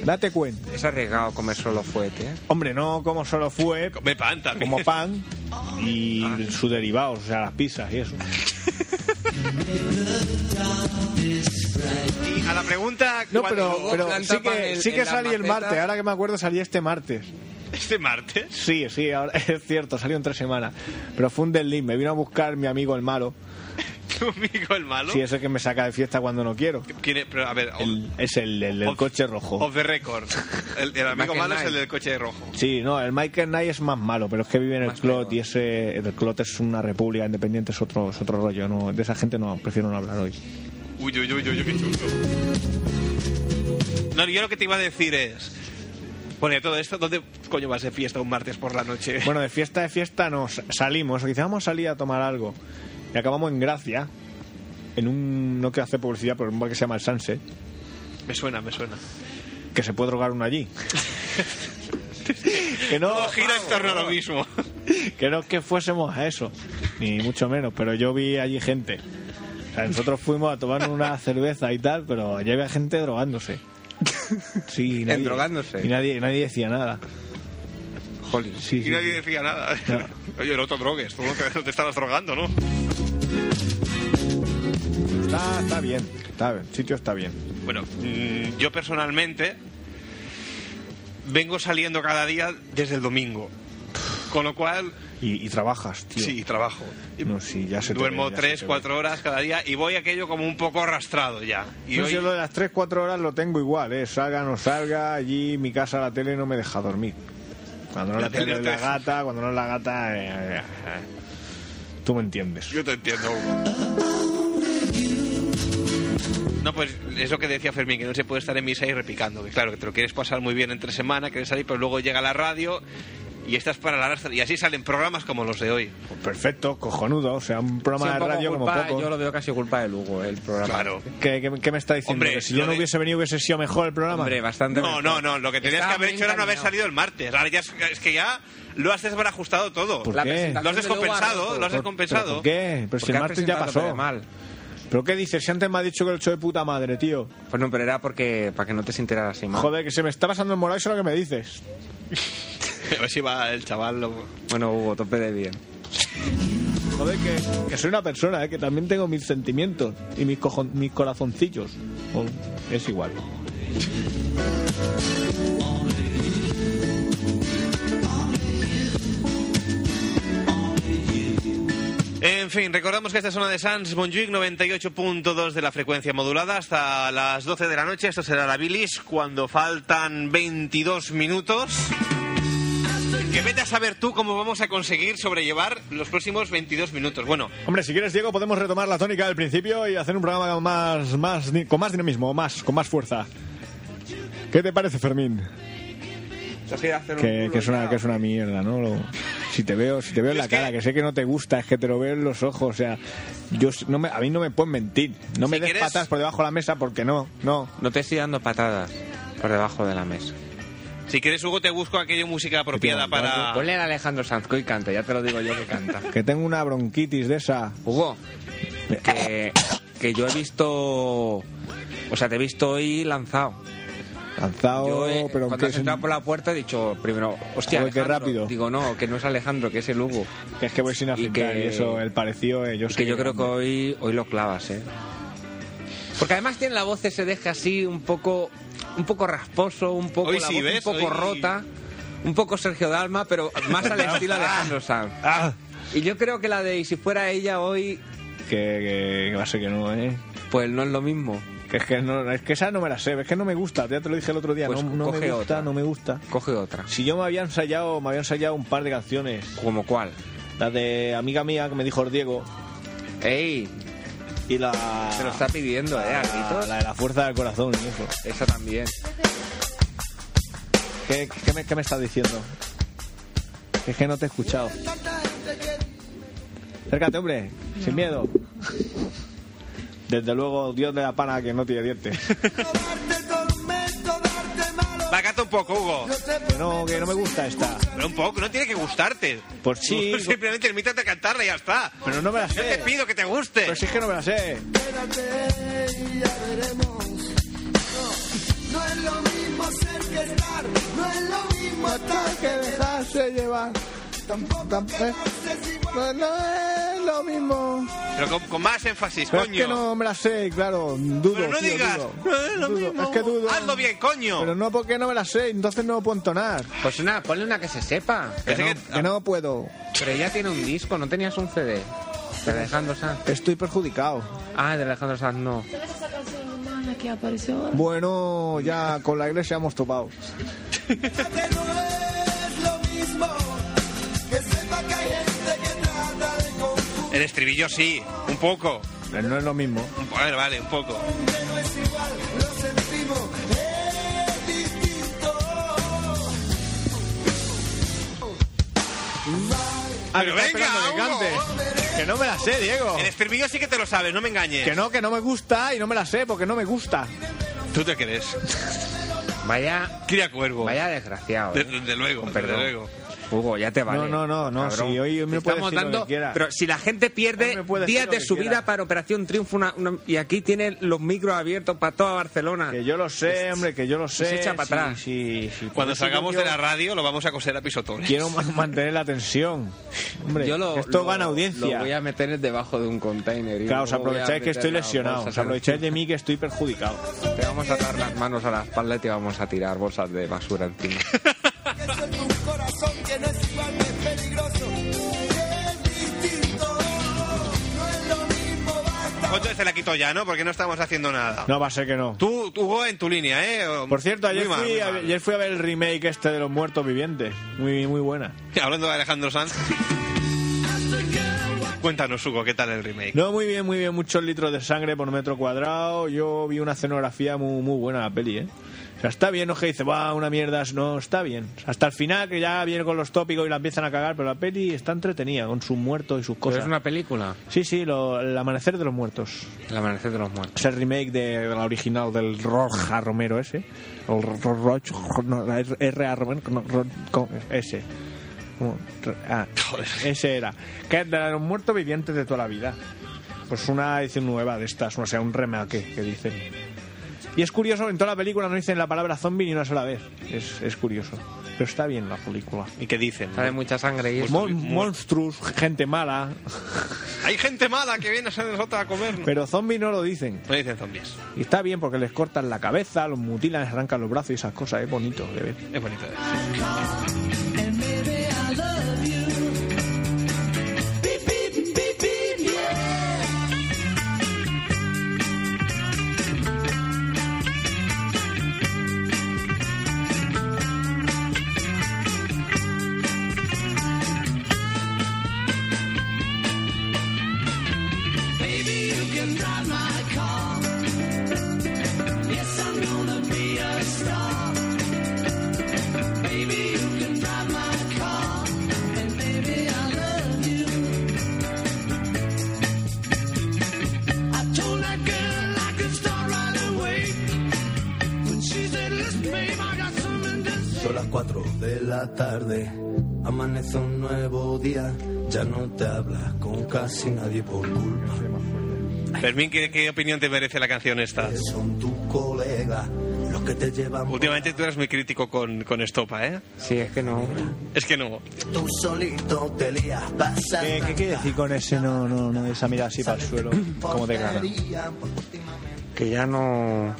Speaker 4: Date cuenta.
Speaker 3: Es arriesgado comer solo fuete, ¿eh?
Speaker 4: Hombre, no como solo fue,
Speaker 2: Come pan también.
Speaker 4: como pan y sus derivados, o sea, las pizzas y eso.
Speaker 2: Y a la pregunta.
Speaker 4: No,
Speaker 2: ¿cuándo?
Speaker 4: pero, pero
Speaker 3: planta
Speaker 4: sí
Speaker 3: pan
Speaker 4: que,
Speaker 3: en-
Speaker 4: sí que
Speaker 3: en la
Speaker 4: salí el
Speaker 3: maceta.
Speaker 4: martes, ahora que me acuerdo salí este martes.
Speaker 2: ¿Este martes?
Speaker 4: Sí, sí, ahora, es cierto, salió en tres semanas. Pero fue un deslink, me vino a buscar mi amigo el malo.
Speaker 2: ¿Tu amigo el malo?
Speaker 4: Sí, ese que me saca de fiesta cuando no quiero.
Speaker 2: ¿Quién es? Pero, a ver. off-
Speaker 4: El- es el, el del
Speaker 2: off-
Speaker 4: coche rojo.
Speaker 2: Off the record. El, el amigo
Speaker 3: Michael
Speaker 2: malo es el
Speaker 3: Knight.
Speaker 2: del coche rojo.
Speaker 4: Sí, no, el Michael Knight es más malo, pero es que vive en el
Speaker 3: Más
Speaker 4: Clot
Speaker 3: peor.
Speaker 4: y ese, el Clot es una república independiente, es otro, es otro rollo. No, de esa gente no, prefiero no hablar hoy.
Speaker 2: Uy, uy, uy, uy, qué chulo. No, yo lo que te iba a decir es. Bueno, y todo esto, ¿dónde coño vas de fiesta un martes por la noche?
Speaker 4: Bueno, de fiesta de fiesta nos salimos, o quizá vamos a salir a tomar algo. Y acabamos en Gracia, en un, no quiero hacer publicidad, pero en un bar que se llama El Sunset,
Speaker 2: Me suena, me suena.
Speaker 4: que se puede drogar uno allí. que no,
Speaker 2: Todo gira en torno a lo mismo.
Speaker 4: que no es que fuésemos a eso, ni mucho menos, pero yo vi allí gente. O sea, nosotros fuimos a tomar una cerveza y tal, pero allí había gente drogándose. Sí, y nadie,
Speaker 3: drogándose.
Speaker 4: Y nadie, nadie decía nada.
Speaker 3: Jolín.
Speaker 4: Sí,
Speaker 2: Y
Speaker 4: sí,
Speaker 2: nadie decía nada. Oye, no te drogues, tú no te- no te estabas drogando, ¿no?
Speaker 4: Está, está bien, está bien, el sitio está bien.
Speaker 2: Bueno, mm, yo personalmente vengo saliendo cada día desde el domingo. Con lo cual,
Speaker 4: Y, y trabajas, tío.
Speaker 2: sí, trabajo. Y
Speaker 4: No, sí, ya se te
Speaker 2: Duermo
Speaker 4: ve, ya se
Speaker 2: tres,
Speaker 4: te ve.
Speaker 2: cuatro horas cada día y voy aquello como un poco arrastrado ya. Y
Speaker 4: No,
Speaker 2: hoy-
Speaker 4: Yo lo de las 3, 4 horas lo tengo igual, ¿eh? Salga, no salga, allí mi casa, la tele no me deja dormir. Cuando no
Speaker 2: La
Speaker 4: la,
Speaker 2: tele
Speaker 4: tele
Speaker 2: no
Speaker 4: es
Speaker 2: te
Speaker 4: la
Speaker 2: deja.
Speaker 4: gata, cuando no es la gata... eh, eh, eh. Tú me entiendes.
Speaker 2: Yo te entiendo. No, pues es lo que decía Fermín, que no se puede estar en misa y repicando. Que claro, que te lo quieres pasar muy bien entre semana, quieres salir, pero luego llega la radio y estás para la rastra. Y así salen programas como los de hoy.
Speaker 4: Pues perfecto, cojonudo, o sea, un
Speaker 3: Sí, un
Speaker 4: programa de
Speaker 3: poco
Speaker 4: radio como
Speaker 3: culpa,
Speaker 4: poco.
Speaker 3: Yo lo veo casi culpa de Lugo, ¿eh? el programa.
Speaker 2: Claro.
Speaker 4: ¿Qué, qué, qué me está diciendo?
Speaker 2: Hombre,
Speaker 4: ¿Que si
Speaker 2: lo
Speaker 4: yo no
Speaker 2: de-
Speaker 4: hubiese venido hubiese sido mejor el programa?
Speaker 3: Hombre, bastante.
Speaker 2: No,
Speaker 3: mejor.
Speaker 2: no, no. Lo que tenías
Speaker 3: Estaba
Speaker 2: que haber
Speaker 3: muy
Speaker 2: hecho era no haber
Speaker 3: encaminado.
Speaker 2: salido el martes. Ahora ya es, es que ya lo has desbarajustado todo.
Speaker 4: ¿Por
Speaker 3: La
Speaker 4: qué?
Speaker 3: presentación
Speaker 2: Lo has
Speaker 3: de Lugo
Speaker 2: descompensado,
Speaker 3: arrasó.
Speaker 2: lo has
Speaker 4: ¿Pero-
Speaker 2: descompensado.
Speaker 4: pero ¿Por qué? Pero si
Speaker 3: Porque
Speaker 4: el
Speaker 3: ha
Speaker 4: martes ya
Speaker 3: presentado
Speaker 4: pasó.
Speaker 3: todo mal.
Speaker 4: ¿Pero qué dices? Si antes me ha dicho que el show de puta madre, tío.
Speaker 3: Pues no, pero era porque para que no te sintieras así mal.
Speaker 4: Joder, que se me está pasando el moral, eso es lo que me dices.
Speaker 2: A ver si va el chaval. lo-
Speaker 3: Bueno, Hugo, tope de bien.
Speaker 4: Joder, que, que soy una persona, ¿eh? que también tengo mis sentimientos y mis, cojon- mis corazoncillos. Oh, es igual.
Speaker 2: En fin, recordamos que esta es una de Sans Bonjuic 98.2 de la frecuencia modulada hasta las 12 de la noche. Esto será la bilis cuando faltan 22 minutos. Que vete a saber tú cómo vamos a conseguir sobrellevar los próximos 22 minutos. Bueno,
Speaker 4: Hombre, si quieres, Diego, podemos retomar la tónica del principio y hacer un programa más, más, di- con más dinamismo, más, con más fuerza. ¿Qué te parece, Fermín? Que, que es, una, que es una mierda, ¿no? Lo- si te veo, si te veo en
Speaker 2: Es
Speaker 4: la
Speaker 2: que-
Speaker 4: cara, que sé que no te gusta, es que te lo veo en los ojos, o sea, yo s- no me, a mí no me pueden mentir, no me
Speaker 2: Si
Speaker 4: des
Speaker 2: quieres-
Speaker 4: patas por debajo de la mesa porque no, no.
Speaker 3: No te estoy dando patadas por debajo de la mesa.
Speaker 2: si quieres, Hugo, te busco aquella música apropiada para.
Speaker 3: Ponle a Alejandro Sanz que hoy canta, ya te lo digo yo que canta.
Speaker 4: Que tengo una bronquitis de esa.
Speaker 3: Hugo, que, que yo he visto. O sea, te he visto hoy lanzado.
Speaker 4: Lanzado,
Speaker 3: Yo he-
Speaker 4: Oh, pero
Speaker 3: cuando
Speaker 4: que
Speaker 3: has
Speaker 4: es, un-
Speaker 3: entrado por la puerta he dicho primero, hostia,
Speaker 4: Joder, qué
Speaker 3: Alejandro.
Speaker 4: rápido.
Speaker 3: Digo, no, que no es Alejandro, que es el Hugo.
Speaker 4: que es que voy sin
Speaker 3: y
Speaker 4: afeitar y,
Speaker 3: que-
Speaker 4: eso, el parecido, eh, yo
Speaker 3: Y
Speaker 4: sé
Speaker 3: que yo creo que hoy, hoy lo clavas, ¿eh? Porque además tiene la voz ese deje así un poco un poco rasposo, un poco,
Speaker 2: Hoy
Speaker 3: la
Speaker 2: sí,
Speaker 3: voz
Speaker 2: ¿ves?
Speaker 3: un poco
Speaker 2: Hoy-
Speaker 3: rota, un poco Sergio Dalma, pero más al estilo Alejandro Sanz.
Speaker 4: Ah,
Speaker 3: Y yo creo que la de y si fuera ella hoy,
Speaker 4: que, que, que va a ser que no, eh.
Speaker 3: pues no es lo mismo.
Speaker 4: Que es que, no, es que esa no me la sé, es que no me gusta, ya te lo dije el otro día,
Speaker 3: Pues
Speaker 4: no, no me
Speaker 3: coge
Speaker 4: gusta,
Speaker 3: otra.
Speaker 4: no me gusta.
Speaker 3: Coge otra.
Speaker 4: Si yo me había ensayado, me había ensayado un par de canciones,
Speaker 3: ¿Como cuál?
Speaker 4: la de amiga mía que me dijo el Diego
Speaker 3: ¡Ey!
Speaker 4: y la
Speaker 3: Se lo está pidiendo, ¿eh,
Speaker 4: la,
Speaker 2: Ah,
Speaker 3: Arquito?
Speaker 4: la de la fuerza del corazón y eso.
Speaker 3: Esa también.
Speaker 4: ¿Qué, qué me, qué me estás diciendo? Es que no te he escuchado. Acércate, hombre, sin miedo. Desde luego, Dios de la pana que no tiene dientes.
Speaker 5: Darte tormento, darte malo.
Speaker 2: Va, canta un poco, Hugo.
Speaker 4: Que no, que no me gusta esta.
Speaker 2: Pero un poco, no tiene que gustarte.
Speaker 4: Pues sí.
Speaker 2: Simplemente limítate a cantarla y ya está.
Speaker 4: Pero no me la
Speaker 2: Yo te
Speaker 4: sé.
Speaker 2: pido que te guste.
Speaker 4: Pero si es que no me la sé.
Speaker 5: Quédate y ya veremos. No, no es lo mismo ser que estar, no es lo mismo estar que dejarse llevar. Tampoco, quedarse igual.
Speaker 4: No, es lo mismo.
Speaker 2: Pero con, con más énfasis,
Speaker 4: Pero
Speaker 2: coño.
Speaker 4: es que no me la sé, claro. Dudo.
Speaker 2: Pero no
Speaker 4: tío,
Speaker 2: digas.
Speaker 4: dudo.
Speaker 2: No es lo
Speaker 4: Dudo.
Speaker 2: mismo.
Speaker 4: Es que dudo.
Speaker 2: Hazlo bien, coño.
Speaker 4: Pero no porque no me la sé, entonces no puedo entonar.
Speaker 3: Pues una, ponle una que se sepa.
Speaker 2: Que sé
Speaker 4: No,
Speaker 2: que-
Speaker 4: que no puedo.
Speaker 3: Pero ella tiene un disco, no tenías un CD. De Alejandro Sanz.
Speaker 4: Estoy perjudicado.
Speaker 3: Ah, de Alejandro Sanz no.
Speaker 7: ¿Sabes esa canción humana que apareció ahora?
Speaker 4: Bueno, ya con la iglesia hemos topado.
Speaker 5: Que no es lo mismo que sepa que hay gente que trata de confundir.
Speaker 2: El estribillo sí, un poco.
Speaker 4: Pero no es lo mismo.
Speaker 2: Un po- A ver, vale, un poco.
Speaker 5: que no es igual, lo sentimos, es distinto.
Speaker 2: Pero venga,
Speaker 4: esperando Ah, que
Speaker 2: Hugo.
Speaker 4: cante. Que no me la sé, Diego.
Speaker 2: El estribillo sí que te lo sabes, no me engañes.
Speaker 4: Que no, que no me gusta y no me la sé porque no me gusta.
Speaker 2: Tú te crees.
Speaker 3: Vaya,
Speaker 2: Cría cuervo.
Speaker 3: vaya desgraciado. ¿eh?
Speaker 2: De- Desde luego,
Speaker 3: Con
Speaker 2: desde
Speaker 3: perdón.
Speaker 2: luego.
Speaker 3: Hugo, ya te vale.
Speaker 4: No, no, no, no,
Speaker 3: cabrón.
Speaker 4: si hoy me
Speaker 3: Te
Speaker 4: puede
Speaker 3: estamos
Speaker 4: decir lo que
Speaker 3: dando,
Speaker 4: quiera.
Speaker 3: Pero si la gente
Speaker 4: Hoy
Speaker 3: pierde
Speaker 4: me puede decir
Speaker 3: días
Speaker 4: lo
Speaker 3: de
Speaker 4: que
Speaker 3: su
Speaker 4: quiera.
Speaker 3: vida para Operación Triunfo una- una- y aquí tiene los micros abiertos para toda Barcelona.
Speaker 4: Que yo lo sé, hombre, que yo lo sé.
Speaker 3: se echa para
Speaker 4: Sí,
Speaker 3: atrás.
Speaker 4: sí, sí. Por
Speaker 2: Cuando
Speaker 4: eso
Speaker 2: salgamos
Speaker 4: yo
Speaker 2: de la radio lo vamos a coser a pisotones.
Speaker 4: Quiero ma- mantener la tensión. Hombre,
Speaker 3: Yo lo-
Speaker 4: esto
Speaker 3: lo-
Speaker 4: gana
Speaker 3: Lo
Speaker 4: audiencia.
Speaker 3: voy a meter debajo de un container. y
Speaker 4: Claro, os
Speaker 3: luego voy a
Speaker 4: aprovecháis que
Speaker 3: meter
Speaker 4: estoy
Speaker 3: la
Speaker 4: lesionado.
Speaker 3: bolsa
Speaker 4: Os aprovecháis de mí que estoy perjudicado.
Speaker 3: Te vamos a atar las manos a la espalda y te vamos a tirar bolsas de basura encima.
Speaker 5: Que ser un corazón que no es igual, que es peligroso, que es distinto. No es lo mismo, basta.
Speaker 2: Entonces te la quito ya, ¿no? Porque no estamos haciendo nada.
Speaker 4: No, va a ser que no.
Speaker 2: Tú, tú, Hugo, en tu línea, ¿eh? O-
Speaker 4: Por cierto, ayer,
Speaker 2: Muy mal,
Speaker 4: fui,
Speaker 2: muy
Speaker 4: a,
Speaker 2: mal.
Speaker 4: ayer fui a ver el remake este de Los Muertos Vivientes. Muy, muy buena.
Speaker 2: Hablando de Alejandro Sanz. Cuéntanos, Hugo, ¿qué tal el remake?
Speaker 4: No, muy bien, muy bien. Muchos litros de sangre por metro cuadrado. Yo vi una escenografía muy, muy buena la peli, ¿eh? O sea, está bien, no es que dice, va, una mierda. No, está bien. Hasta el final, que ya viene con los tópicos y la empiezan a cagar, pero la peli está entretenida con sus muertos y sus
Speaker 3: Pero
Speaker 4: cosas.
Speaker 3: es una película.
Speaker 4: Sí, sí, lo- el amanecer de los muertos.
Speaker 3: El amanecer de los muertos.
Speaker 4: Es el remake de, de la original del Roja Romero ese. O Ro- Roch, no, la R- R.A. Romero, no, Ro- con- ese. Como- re- ah, ese era. Que es de los muertos vivientes de toda la vida. Pues una edición nueva de estas, o sea, un remake que dicen. Y es curioso, en toda la película no dicen la palabra zombie ni una sola vez. Es, es curioso. Pero está bien la película.
Speaker 2: ¿Y qué dicen? Pues
Speaker 3: Sale mucha sangre y eso.
Speaker 4: Mon- monstruos, gente mala,
Speaker 2: Hay gente mala que viene a ser nosotros a comer. No,
Speaker 4: pero zombie no lo dicen.
Speaker 2: No dicen zombies.
Speaker 4: Y está bien porque les cortan la cabeza, los mutilan, les arrancan los brazos y esas cosas, es bonito de ver.
Speaker 2: Es bonito. ¿eh?
Speaker 8: Son las 4 de la tarde, amanece un nuevo día, ya no te hablas con casi nadie por culpa.
Speaker 2: Fermín, ¿qué, qué opinión te merece la canción esta?
Speaker 8: Son tus colegas los que te llevan por
Speaker 2: Últimamente tú eras muy crítico con, con Estopa, ¿eh?
Speaker 3: Sí, es que no.
Speaker 2: Es que no.
Speaker 8: Tú solito te lías, pasas
Speaker 4: Eh, ¿Qué, qué quiere decir con ese no, no, no, esa mirada así para el suelo? ¿Cómo te cara?
Speaker 8: portería,
Speaker 3: Que ya no.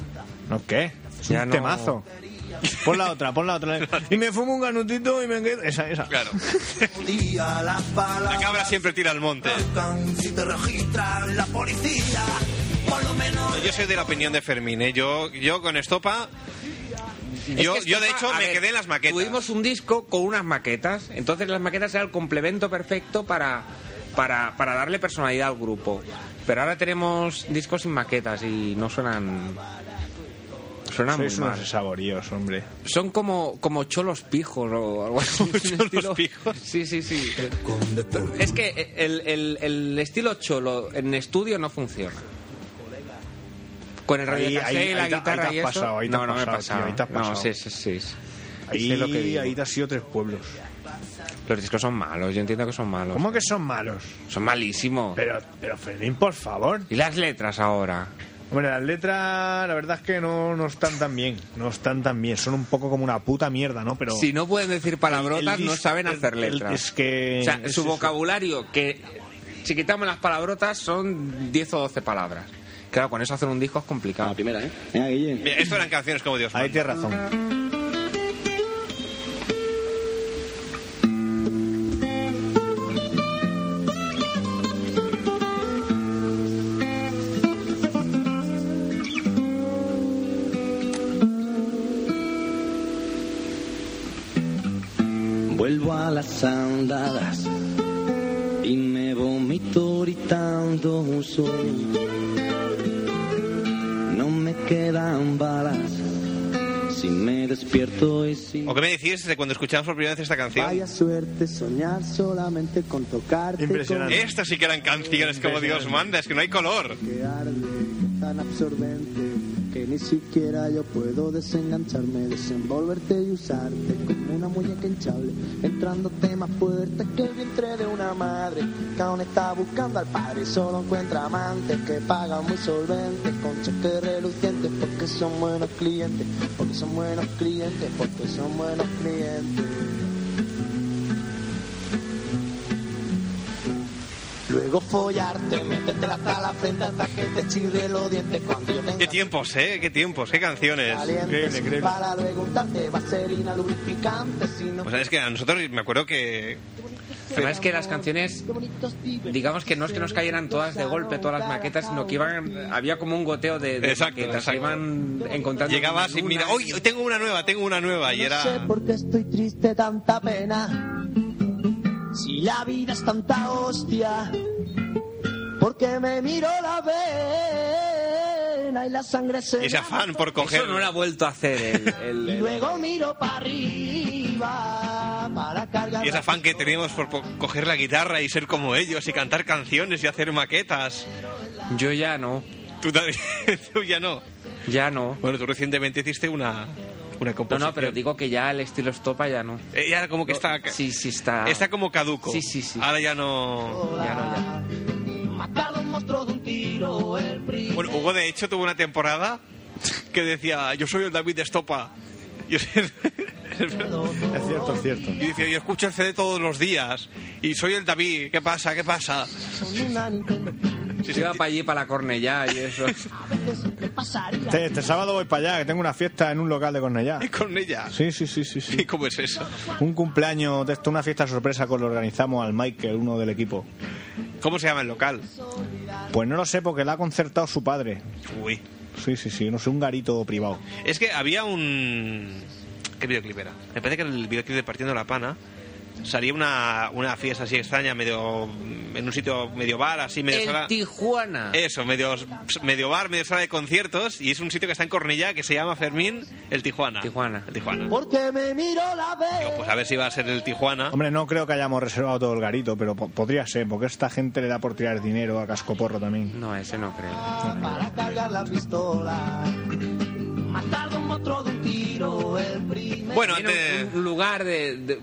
Speaker 4: ¿No qué? Es
Speaker 3: Ya
Speaker 4: un
Speaker 3: no-
Speaker 4: temazo. Pon la otra, pon la otra. Y me fumo un ganutito y me quedo. Esa, esa.
Speaker 2: Claro.
Speaker 8: día las
Speaker 2: La
Speaker 8: palabras
Speaker 2: cabra siempre tira al monte.
Speaker 8: tocan, si te registran la policía, por lo menos
Speaker 2: Yo soy de la opinión de Fermín, ¿eh? Yo, yo con Estopa. Yo,
Speaker 3: Es que
Speaker 2: yo, de
Speaker 3: Estopa,
Speaker 2: hecho,
Speaker 3: a
Speaker 2: me
Speaker 3: ver,
Speaker 2: quedé en las maquetas.
Speaker 3: Tuvimos un disco con unas maquetas, entonces las maquetas eran el complemento perfecto para, para, para darle personalidad al grupo. Pero ahora tenemos discos sin maquetas y no suenan. Suenan
Speaker 4: Sois
Speaker 3: muy
Speaker 4: unos
Speaker 3: mal.
Speaker 4: saboríos, hombre.
Speaker 3: Son como, como cholos pijos o algo así.
Speaker 2: Como
Speaker 3: tiene
Speaker 2: cholos pijos.
Speaker 3: Sí, sí, sí.
Speaker 8: con desperdicio.
Speaker 3: Es que eh, el, el- el estilo cholo en estudio no funciona. Con el radio
Speaker 4: ahí-
Speaker 3: la
Speaker 4: ahí te- ahí
Speaker 3: guitarra
Speaker 4: te
Speaker 3: y
Speaker 4: has
Speaker 3: eso.
Speaker 4: pasado, ahí te
Speaker 3: no,
Speaker 4: has
Speaker 3: no me he
Speaker 4: pasado,
Speaker 3: pasado.
Speaker 4: tío, ahí te has
Speaker 3: No,
Speaker 4: pasado.
Speaker 3: sí, sí, sí. sí.
Speaker 4: Ahí,
Speaker 3: Sé lo que digo.
Speaker 4: ahí te has sido tres pueblos.
Speaker 3: Los discos son malos, yo entiendo que son malos.
Speaker 4: ¿Cómo que son malos?
Speaker 3: Son malísimos.
Speaker 4: Pero, pero Fermín, por favor.
Speaker 3: ¿Y las letras ahora?
Speaker 4: Hombre, las letras, la verdad es que no, no están tan bien. No están tan bien. Son un poco como una puta mierda, ¿no? Pero.
Speaker 3: Si no pueden decir palabrotas,
Speaker 4: el dis-
Speaker 3: no saben
Speaker 4: el-
Speaker 3: hacer
Speaker 4: el-
Speaker 3: letras.
Speaker 4: es que-
Speaker 3: O sea,
Speaker 4: es
Speaker 3: su
Speaker 4: eso.
Speaker 3: vocabulario, que si quitamos las palabrotas, son 10 o 12 palabras. Claro, con eso hacer un disco es complicado.
Speaker 5: primera, ¿eh? Venga, Guillén.
Speaker 2: Mira, esto eran canciones como Dios.
Speaker 4: Ahí
Speaker 2: manda.
Speaker 4: tienes razón.
Speaker 5: Vuelvo a las andadas y me vomito gritando un sueño. No me quedan balas si me despierto y si...
Speaker 2: ¿O qué me decís de cuando escuchamos por primera vez esta canción?
Speaker 5: Vaya suerte soñar solamente con tocarte.
Speaker 4: Impresionante.
Speaker 2: Estas sí que eran canciones como Dios manda, es que no hay color.
Speaker 5: con- Que arde, tan absorbente que ni siquiera yo puedo desengancharme, desenvolverte y usarte como una muñeca hinchable, entrándote más fuerte que el vientre de una madre. Que aún está buscando al padre y solo encuentra amantes que pagan muy solventes con cheques relucientes porque son buenos clientes, porque son buenos clientes, porque son buenos clientes. Luego follarte, métetela hasta la frente hasta que te chirre los dientes cuando yo tenga
Speaker 2: Qué tiempos, ¿eh? Qué tiempos, qué canciones.
Speaker 5: calientes
Speaker 4: Increíble, increíble.
Speaker 5: para luego untarte vaselina lubrificante si no
Speaker 2: O sea, Pues es que a nosotros me acuerdo que
Speaker 3: Pues Además es que las canciones, digamos que no es que nos cayeran todas de golpe, todas las maquetas, sino que iban, había como un goteo de, de
Speaker 2: Exacto,
Speaker 3: maquetas,
Speaker 2: exacto.
Speaker 3: iban encontrando...
Speaker 2: llegabas
Speaker 3: una
Speaker 2: y mira,
Speaker 3: luna
Speaker 2: hoy tengo una nueva, tengo una nueva y
Speaker 5: No sé
Speaker 2: era
Speaker 5: por qué estoy triste, tanta pena. Si la vida es tanta hostia, porque me miro la vena y la sangre se.
Speaker 2: y ese afán por coger.
Speaker 3: Eso no lo ha vuelto a hacer el- el-
Speaker 5: Y
Speaker 3: el
Speaker 5: luego miro para arriba para cargar.
Speaker 2: Y ese afán que teníamos por po- coger la guitarra y ser como ellos y cantar canciones y hacer maquetas.
Speaker 3: Yo ya no,
Speaker 2: Tú, también- tú ya no.
Speaker 3: ya no.
Speaker 2: Bueno, tú recientemente hiciste una, una
Speaker 3: No,
Speaker 2: composición.
Speaker 3: no, pero digo que ya el estilo estopa ya no.
Speaker 2: Eh, Ya como que está...
Speaker 3: Sí, sí, está.
Speaker 2: Está como caduco.
Speaker 3: Sí, sí, sí.
Speaker 2: Ahora ya no...
Speaker 3: Ya no, ya.
Speaker 5: Matar a un monstruo de un tiro, el primero.
Speaker 2: Bueno, Hugo de hecho tuvo una temporada que decía, yo soy el David de Estopa. Y, es- es verdad.
Speaker 4: Es cierto, es cierto.
Speaker 2: Y decía, yo escucho el CD todos los días y soy el David, ¿qué pasa? ¿Qué pasa? Sí,
Speaker 5: Con una Nintendo.
Speaker 2: sí,
Speaker 3: Iba para allí, para la cornellá y eso.
Speaker 5: A veces me pasaría.
Speaker 4: Este, este sábado voy para allá, que tengo una fiesta en un local de Cornellá.
Speaker 2: y con ella.
Speaker 4: Sí, sí, sí, sí, sí.
Speaker 2: ¿Y cómo es eso?
Speaker 4: Un cumpleaños, de esto, una fiesta sorpresa que lo organizamos al Michael, uno del equipo.
Speaker 2: ¿Cómo se llama el local?
Speaker 4: Pues no lo sé porque la ha concertado su padre.
Speaker 2: Uy.
Speaker 4: Sí, sí, sí, no sé, un garito privado.
Speaker 2: Es que había un... ¿Qué videoclip era? Me parece que era el videoclip de Partiendo la Pana. Salía una, una fiesta así extraña, medio en un sitio medio bar, así medio sala.
Speaker 3: El Tijuana.
Speaker 2: Eso, medio, medio bar, medio sala de conciertos. Y es un sitio que está en Cornellá que se llama Fermín el Tijuana.
Speaker 3: Tijuana.
Speaker 2: El Tijuana.
Speaker 5: Porque me miro la
Speaker 2: Digo,
Speaker 5: vez.
Speaker 2: pues a ver si va a ser el Tijuana.
Speaker 4: Hombre, no creo que hayamos reservado todo el garito, pero po- podría ser, porque esta gente le da por tirar dinero a cascoporro también.
Speaker 3: No, ese no creo.
Speaker 5: Para cargar la pistola. Matar de un monstruo de un tiro.
Speaker 2: Bueno,
Speaker 3: Tiene
Speaker 2: antes...
Speaker 3: un, un lugar de, de,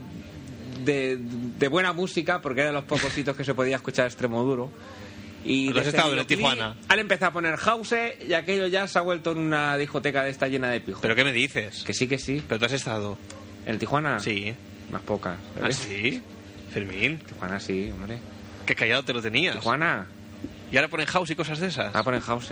Speaker 3: de- de buena música, porque era de los pocos sitios que se podía escuchar Extremoduro. Y
Speaker 2: Los
Speaker 3: desde
Speaker 2: estados de
Speaker 3: videoclip
Speaker 2: Tijuana.
Speaker 3: Han empezado a poner house y aquello ya se ha vuelto en una discoteca de esta llena de pijos.
Speaker 2: ¿Pero qué me dices?
Speaker 3: Que sí, que sí.
Speaker 2: ¿Pero tú has estado?
Speaker 3: ¿En Tijuana?
Speaker 2: Sí.
Speaker 3: Más pocas.
Speaker 2: ¿Ah,
Speaker 3: ¿eh?
Speaker 2: sí? Ah, Fermín,
Speaker 3: Tijuana sí, hombre.
Speaker 2: qué callado te lo tenías.
Speaker 3: Tijuana,
Speaker 2: Y ahora ponen house y cosas de esas.
Speaker 3: a poner house.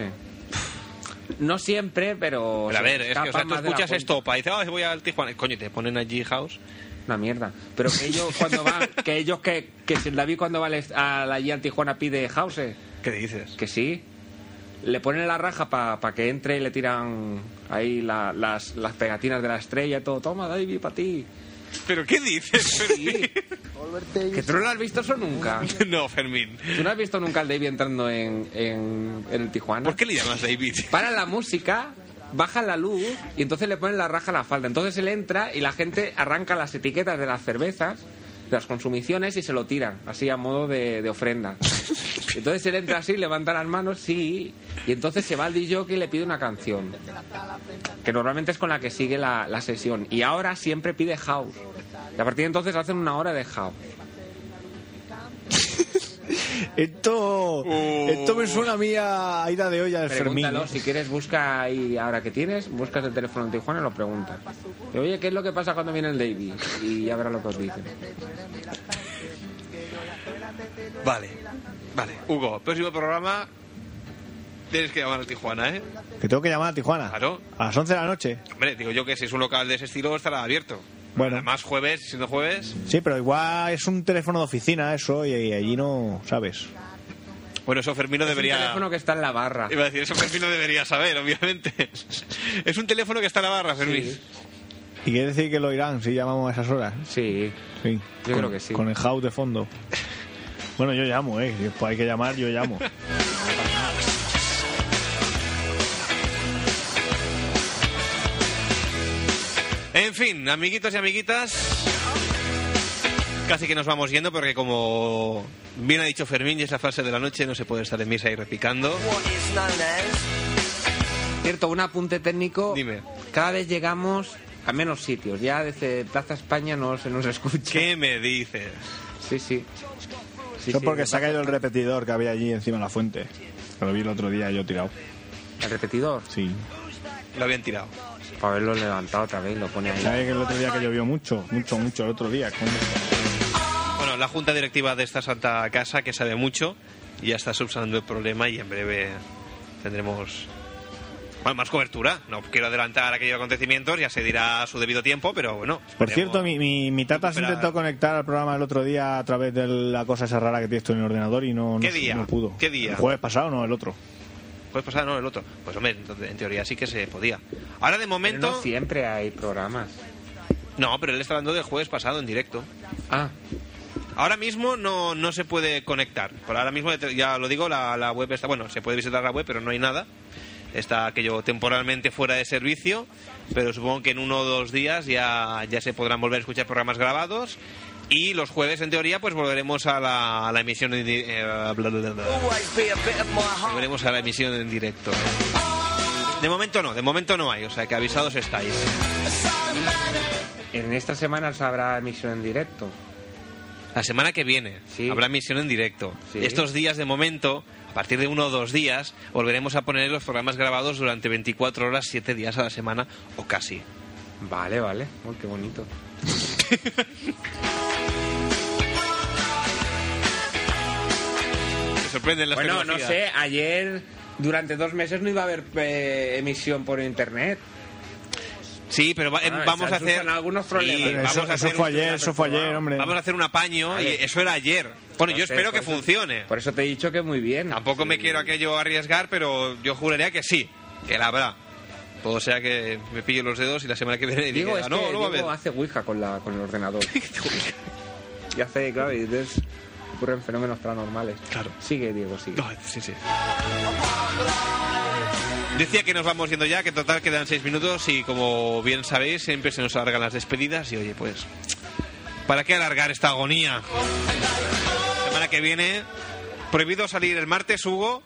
Speaker 3: No siempre, pero...
Speaker 2: Pero a
Speaker 3: Pues se
Speaker 2: ver, es que o sea,
Speaker 3: escapan
Speaker 2: tú
Speaker 3: más de la
Speaker 2: escuchas
Speaker 3: cuenta.
Speaker 2: esto y dices, ah, voy al Tijuana. Coño, y te ponen allí house.
Speaker 3: Una mierda. Pero que ellos cuando van... Que ellos que... Que si el David cuando va al est- a la allí al Tijuana pide house. eh,
Speaker 2: ¿Qué dices?
Speaker 3: Que sí. Le ponen la raja para que entre y le tiran ahí la- las, las pegatinas de la estrella y todo. Toma, David, para ti.
Speaker 2: ¿Pero qué dices, Fermín?
Speaker 9: Volverte y
Speaker 3: Que tú no lo has visto eso nunca.
Speaker 2: no, Fermín.
Speaker 3: ¿Tú no has visto nunca al David entrando en, en, en el Tijuana?
Speaker 2: ¿Por qué le llamas David?
Speaker 3: Para la música, bajan la luz y entonces le ponen la raja a la falda. Entonces él entra y la gente arranca las etiquetas de las cervezas, de las consumiciones y se lo tiran, así a modo de, de ofrenda. Entonces él entra así, levanta las manos, sí, y entonces se va al DJ y le pide una canción, que normalmente es con la que sigue la, la sesión. Y ahora siempre pide house. Y a partir de entonces hacen una hora de house.
Speaker 4: Esto, esto me suena a mí a ida de olla de Fermín. ¿eh?
Speaker 3: Pregúntalo, si quieres, busca ahí ahora que tienes, buscas el teléfono en Tijuana y lo preguntas. Y, Oye, ¿qué es lo que pasa cuando viene el David? Y ya verás lo que os dicen.
Speaker 2: Vale, vale. Hugo, próximo programa tienes que llamar al Tijuana, ¿eh?
Speaker 4: Que tengo que llamar a Tijuana.
Speaker 2: Claro.
Speaker 4: A las 11 de la noche.
Speaker 2: Hombre, digo yo que si es un local de ese estilo estará abierto.
Speaker 4: Bueno.
Speaker 2: Además, jueves, siendo jueves.
Speaker 4: Sí, pero igual es un teléfono de oficina eso y, y allí no, ¿sabes?
Speaker 2: Bueno, eso Fermín no
Speaker 3: Es un
Speaker 2: debería.
Speaker 3: teléfono que está en la barra.
Speaker 2: Iba a decir, eso Fermín no debería saber, obviamente. Es un teléfono que está en la barra, Fermín.
Speaker 4: Y quiere decir que lo irán si llamamos a esas horas.
Speaker 3: Sí.
Speaker 4: Sí.
Speaker 3: Yo
Speaker 4: con,
Speaker 3: creo que sí.
Speaker 4: Con el house de fondo. Bueno, yo llamo, ¿eh? Pues hay que llamar, yo llamo.
Speaker 2: En fin, amiguitos y amiguitas. Casi que nos vamos yendo porque como bien ha dicho Fermín, y es la frase de la noche, no se puede estar en misa y repicando.
Speaker 3: Cierto, un apunte técnico.
Speaker 2: Dime.
Speaker 3: Cada vez llegamos a menos sitios. Ya desde Plaza España no se nos escucha.
Speaker 2: ¿Qué me dices?
Speaker 3: Sí, sí. Sí,
Speaker 4: eso
Speaker 3: sí,
Speaker 4: porque
Speaker 3: de
Speaker 4: se
Speaker 3: Plaza
Speaker 4: ha caído el repetidor que había allí encima de la fuente. Que Lo vi el otro día yo tirado.
Speaker 3: España. El repetidor.
Speaker 4: Sí.
Speaker 2: Lo habían tirado.
Speaker 3: Para haberlo levantado otra vez, lo pone ahí.
Speaker 4: ¿Sabes que el otro día que llovió mucho? Mucho, mucho el otro día. coño.
Speaker 2: Bueno, la junta directiva de esta santa casa, que sabe mucho, ya está subsanando el problema y en breve tendremos bueno, más cobertura. No quiero adelantar aquellos acontecimientos, ya se dirá a su debido tiempo, pero bueno.
Speaker 4: Por
Speaker 2: esperemos.
Speaker 4: cierto, mi, mi, mi tata se
Speaker 2: Espera.
Speaker 4: intentó conectar al programa el otro día a través de la cosa esa rara que tienes tú en el ordenador y no, no
Speaker 2: ¿Qué
Speaker 4: se-
Speaker 2: día?
Speaker 4: no pudo.
Speaker 2: ¿Qué día?
Speaker 4: ¿El jueves pasado no? El otro.
Speaker 2: Pues pasar, no, el otro. Pues hombre, entonces, en teoría sí que se podía. Ahora de
Speaker 3: Pero
Speaker 2: momento...
Speaker 3: no siempre hay programas.
Speaker 2: No, pero él está hablando del jueves pasado en directo.
Speaker 3: Ah,
Speaker 2: Ahora mismo no, no se puede conectar. Por ahora mismo, eh, ya lo digo, la, la web está. Bueno, se puede visitar la web, pero no hay nada. Está aquello temporalmente fuera de servicio, pero supongo que en uno o dos días ya, ya se podrán volver a escuchar programas grabados. Y los jueves, en teoría, pues volveremos a la, a la emisión en di- eh, bla, bla, bla, bla. Volveremos a la emisión en directo. eh. De momento no, de momento no hay, o sea que avisados estáis.
Speaker 3: en estas semanas habrá emisión en directo.
Speaker 2: La semana que viene
Speaker 3: Sí.
Speaker 2: habrá misión en directo.
Speaker 3: Sí.
Speaker 2: Estos días, de momento, a partir de uno o dos días, volveremos a poner los programas grabados durante 24 horas, 7 días a la semana o casi.
Speaker 3: Vale, vale. Uy, qué bonito.
Speaker 2: Me sorprenden las
Speaker 3: Bueno, no
Speaker 2: tecnologías.
Speaker 3: sé, ayer durante dos meses no iba a haber eh, emisión por internet.
Speaker 2: Sí, pero va- eh,
Speaker 3: Ah,
Speaker 2: vamos
Speaker 3: se
Speaker 2: a hacer.
Speaker 3: asustan algunos problemas.
Speaker 2: Sí,
Speaker 3: Pero
Speaker 2: vamos
Speaker 4: eso,
Speaker 2: a
Speaker 4: eso
Speaker 2: hacer
Speaker 4: fue
Speaker 2: un-
Speaker 4: ayer, eso fue ayer, hombre.
Speaker 2: Vamos a hacer un apaño y
Speaker 3: Vale.
Speaker 2: eso era ayer. Bueno, yo
Speaker 3: No sé,
Speaker 2: espero
Speaker 3: por
Speaker 2: que
Speaker 3: eso-
Speaker 2: funcione.
Speaker 3: Por eso te he dicho que muy bien.
Speaker 2: Tampoco me
Speaker 3: Sí.
Speaker 2: quiero aquello arriesgar, pero yo juraría que sí, que la habrá. Todo sea que me pillo los dedos y la semana que viene
Speaker 3: Diego,
Speaker 2: diga,
Speaker 3: es
Speaker 2: no,
Speaker 3: que
Speaker 2: no va a haber.
Speaker 3: Diego hace Ouija con, la, con el ordenador. y hace, claro, y des- ocurren fenómenos paranormales.
Speaker 2: Claro.
Speaker 3: Sigue, Diego, sigue.
Speaker 2: No, sí, sí. Decía que nos vamos yendo ya, que en total quedan seis minutos y como bien sabéis, siempre se nos alargan las despedidas y oye, pues, ¿para qué alargar esta agonía? La semana que viene, prohibido salir el martes, Hugo.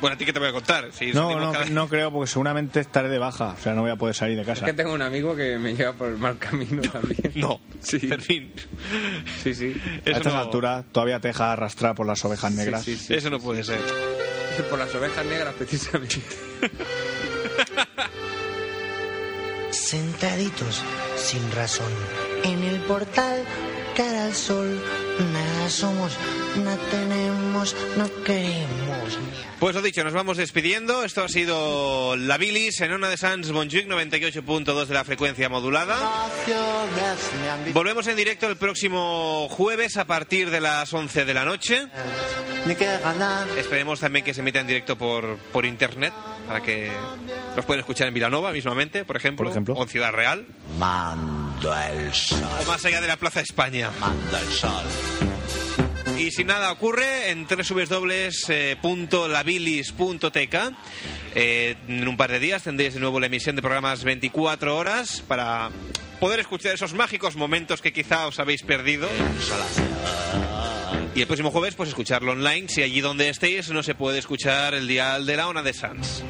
Speaker 2: Bueno, a ti que te voy a contar. Si
Speaker 4: No,
Speaker 2: salimos
Speaker 4: no,
Speaker 2: cada-
Speaker 4: no creo, porque seguramente estaré de baja. O sea, no voy a poder salir de
Speaker 3: Es
Speaker 4: casa.
Speaker 3: que tengo un amigo que me lleva por el mal camino también.
Speaker 2: No,
Speaker 3: Sí.
Speaker 2: Fermín.
Speaker 3: Sí, sí.
Speaker 4: A
Speaker 2: Eso
Speaker 4: estas
Speaker 2: no,
Speaker 4: alturas todavía te deja arrastrar por las ovejas negras.
Speaker 3: Sí, sí, sí.
Speaker 2: eso no puede ser.
Speaker 3: Por las ovejas negras, precisamente.
Speaker 10: sentaditos sin razón. En el portal, cara al sol, nada somos, no tenemos, no queremos.
Speaker 2: Pues lo dicho, nos vamos despidiendo. Esto ha sido La Bilis en una de Sans Bonjuic 98.2 de la frecuencia modulada. Volvemos en directo el próximo jueves a partir de las 11 de la noche.
Speaker 10: Ni que ganar.
Speaker 2: Esperemos también que se emita en directo por, por internet para que los puedan escuchar en Vilanova mismamente, por ejemplo,
Speaker 4: Por ejemplo.
Speaker 2: o en Ciudad Real,
Speaker 5: Mando el sol,
Speaker 2: o más allá de la Plaza España.
Speaker 5: mando el sol.
Speaker 2: Y si nada ocurre, en www.labilis.tk eh, en un par de días tendréis de nuevo la emisión de programas 24 horas para poder escuchar esos mágicos momentos que quizá os habéis perdido. Y el próximo jueves, pues escucharlo online, si allí donde estéis no se puede escuchar el dial de la ONA de Sans.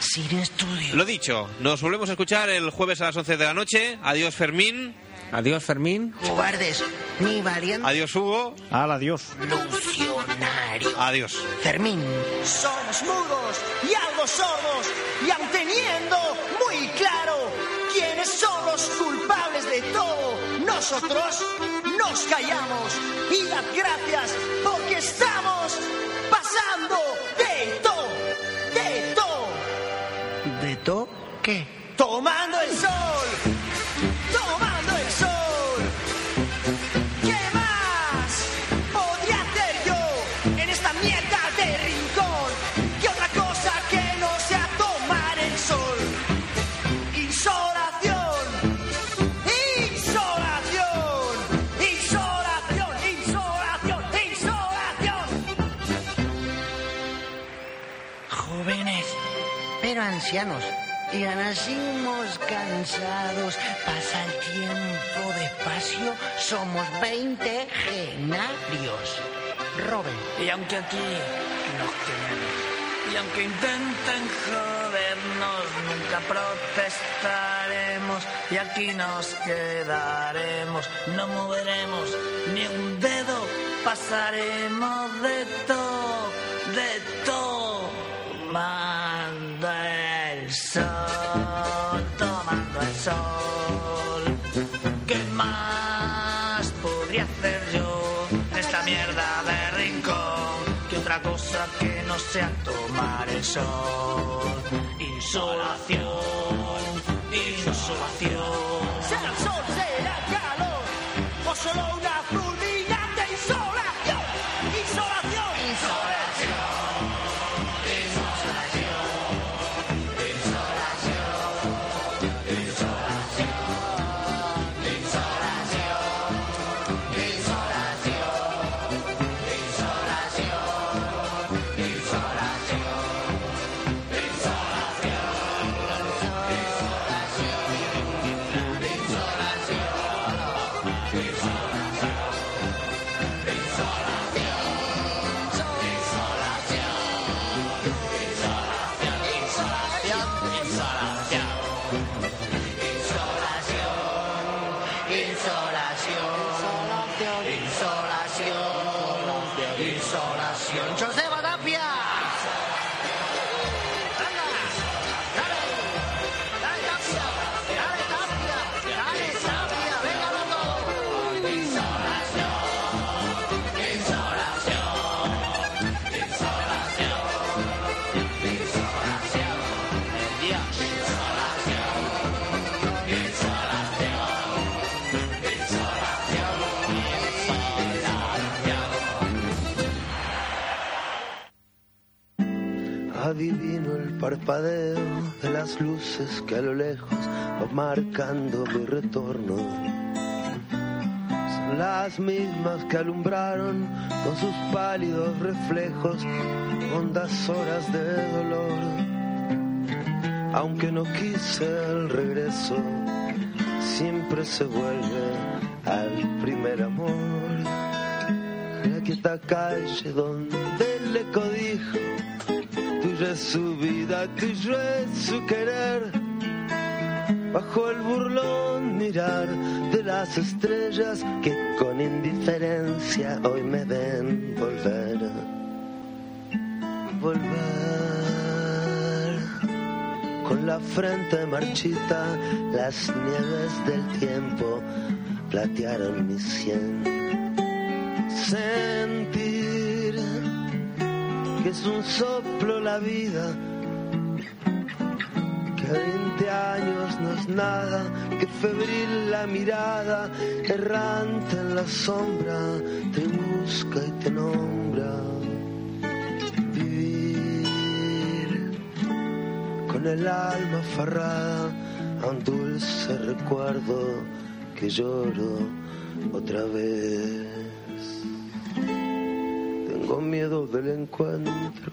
Speaker 10: Sin estudio.
Speaker 2: Lo dicho, nos volvemos a escuchar el jueves a las 11 de la noche. Adiós Fermín,
Speaker 3: Adiós, Fermín.
Speaker 10: Cobardes, ni valientes.
Speaker 2: adiós Hugo,
Speaker 4: Al adiós.
Speaker 10: Funcionario.
Speaker 2: adiós.
Speaker 10: Fermín.
Speaker 8: Somos mudos y algo sordos y aun teniendo muy claro quiénes son los culpables de todo, nosotros nos callamos y dad gracias porque estamos pasando de todo, de todo,
Speaker 10: ¿De to qué?
Speaker 8: tomando el sol, tomando el sol. ¿Qué más podría hacer yo en esta mierda de rincón? ¿Qué otra cosa que no sea tomar el sol? Insolación, insolación, insolación, insolación, insolación.
Speaker 10: Jóvenes, pero ancianos. Ya nacimos cansados, pasa el tiempo despacio, somos 20 genarios. Robin,
Speaker 8: Y aunque aquí nos quememos, y aunque intenten jodernos, nunca protestaremos, y aquí nos quedaremos, no moveremos ni un dedo, pasaremos de todo, de todo, tomando el sol, tomando el sol. ¿Qué más podría hacer yo en esta mierda de rincón? Que otra cosa que no sea tomar el sol. Insolación, insolación. Será el sol, será el calor, o solo una fulminante insolación. Insolación, insolación.
Speaker 10: insolación, insolación, insolación. Joseba Tapia. Anda, dale, dale Tapia, dale Tapia, dale Tapia, venga loco.
Speaker 8: Adivino el parpadeo de las luces que a lo lejos va marcando mi retorno. Son las mismas que alumbraron con sus pálidos reflejos hondas horas de dolor. Aunque no quise el regreso, siempre se vuelve al primer amor. La quieta calle donde le codijo
Speaker 5: tuya es su vida, tuyo es su querer. Bajo el burlón mirar de las estrellas que con indiferencia hoy me ven volver. Volver con la frente marchita, las nieves del tiempo platearon mi sien. Sentir que es un soplo la vida, que a 20 años no es nada, que febril la mirada, errante en la sombra, te busca y te nombra. Vivir con el alma aferrada a un dulce recuerdo que lloro otra vez. Tengo miedo del encuentro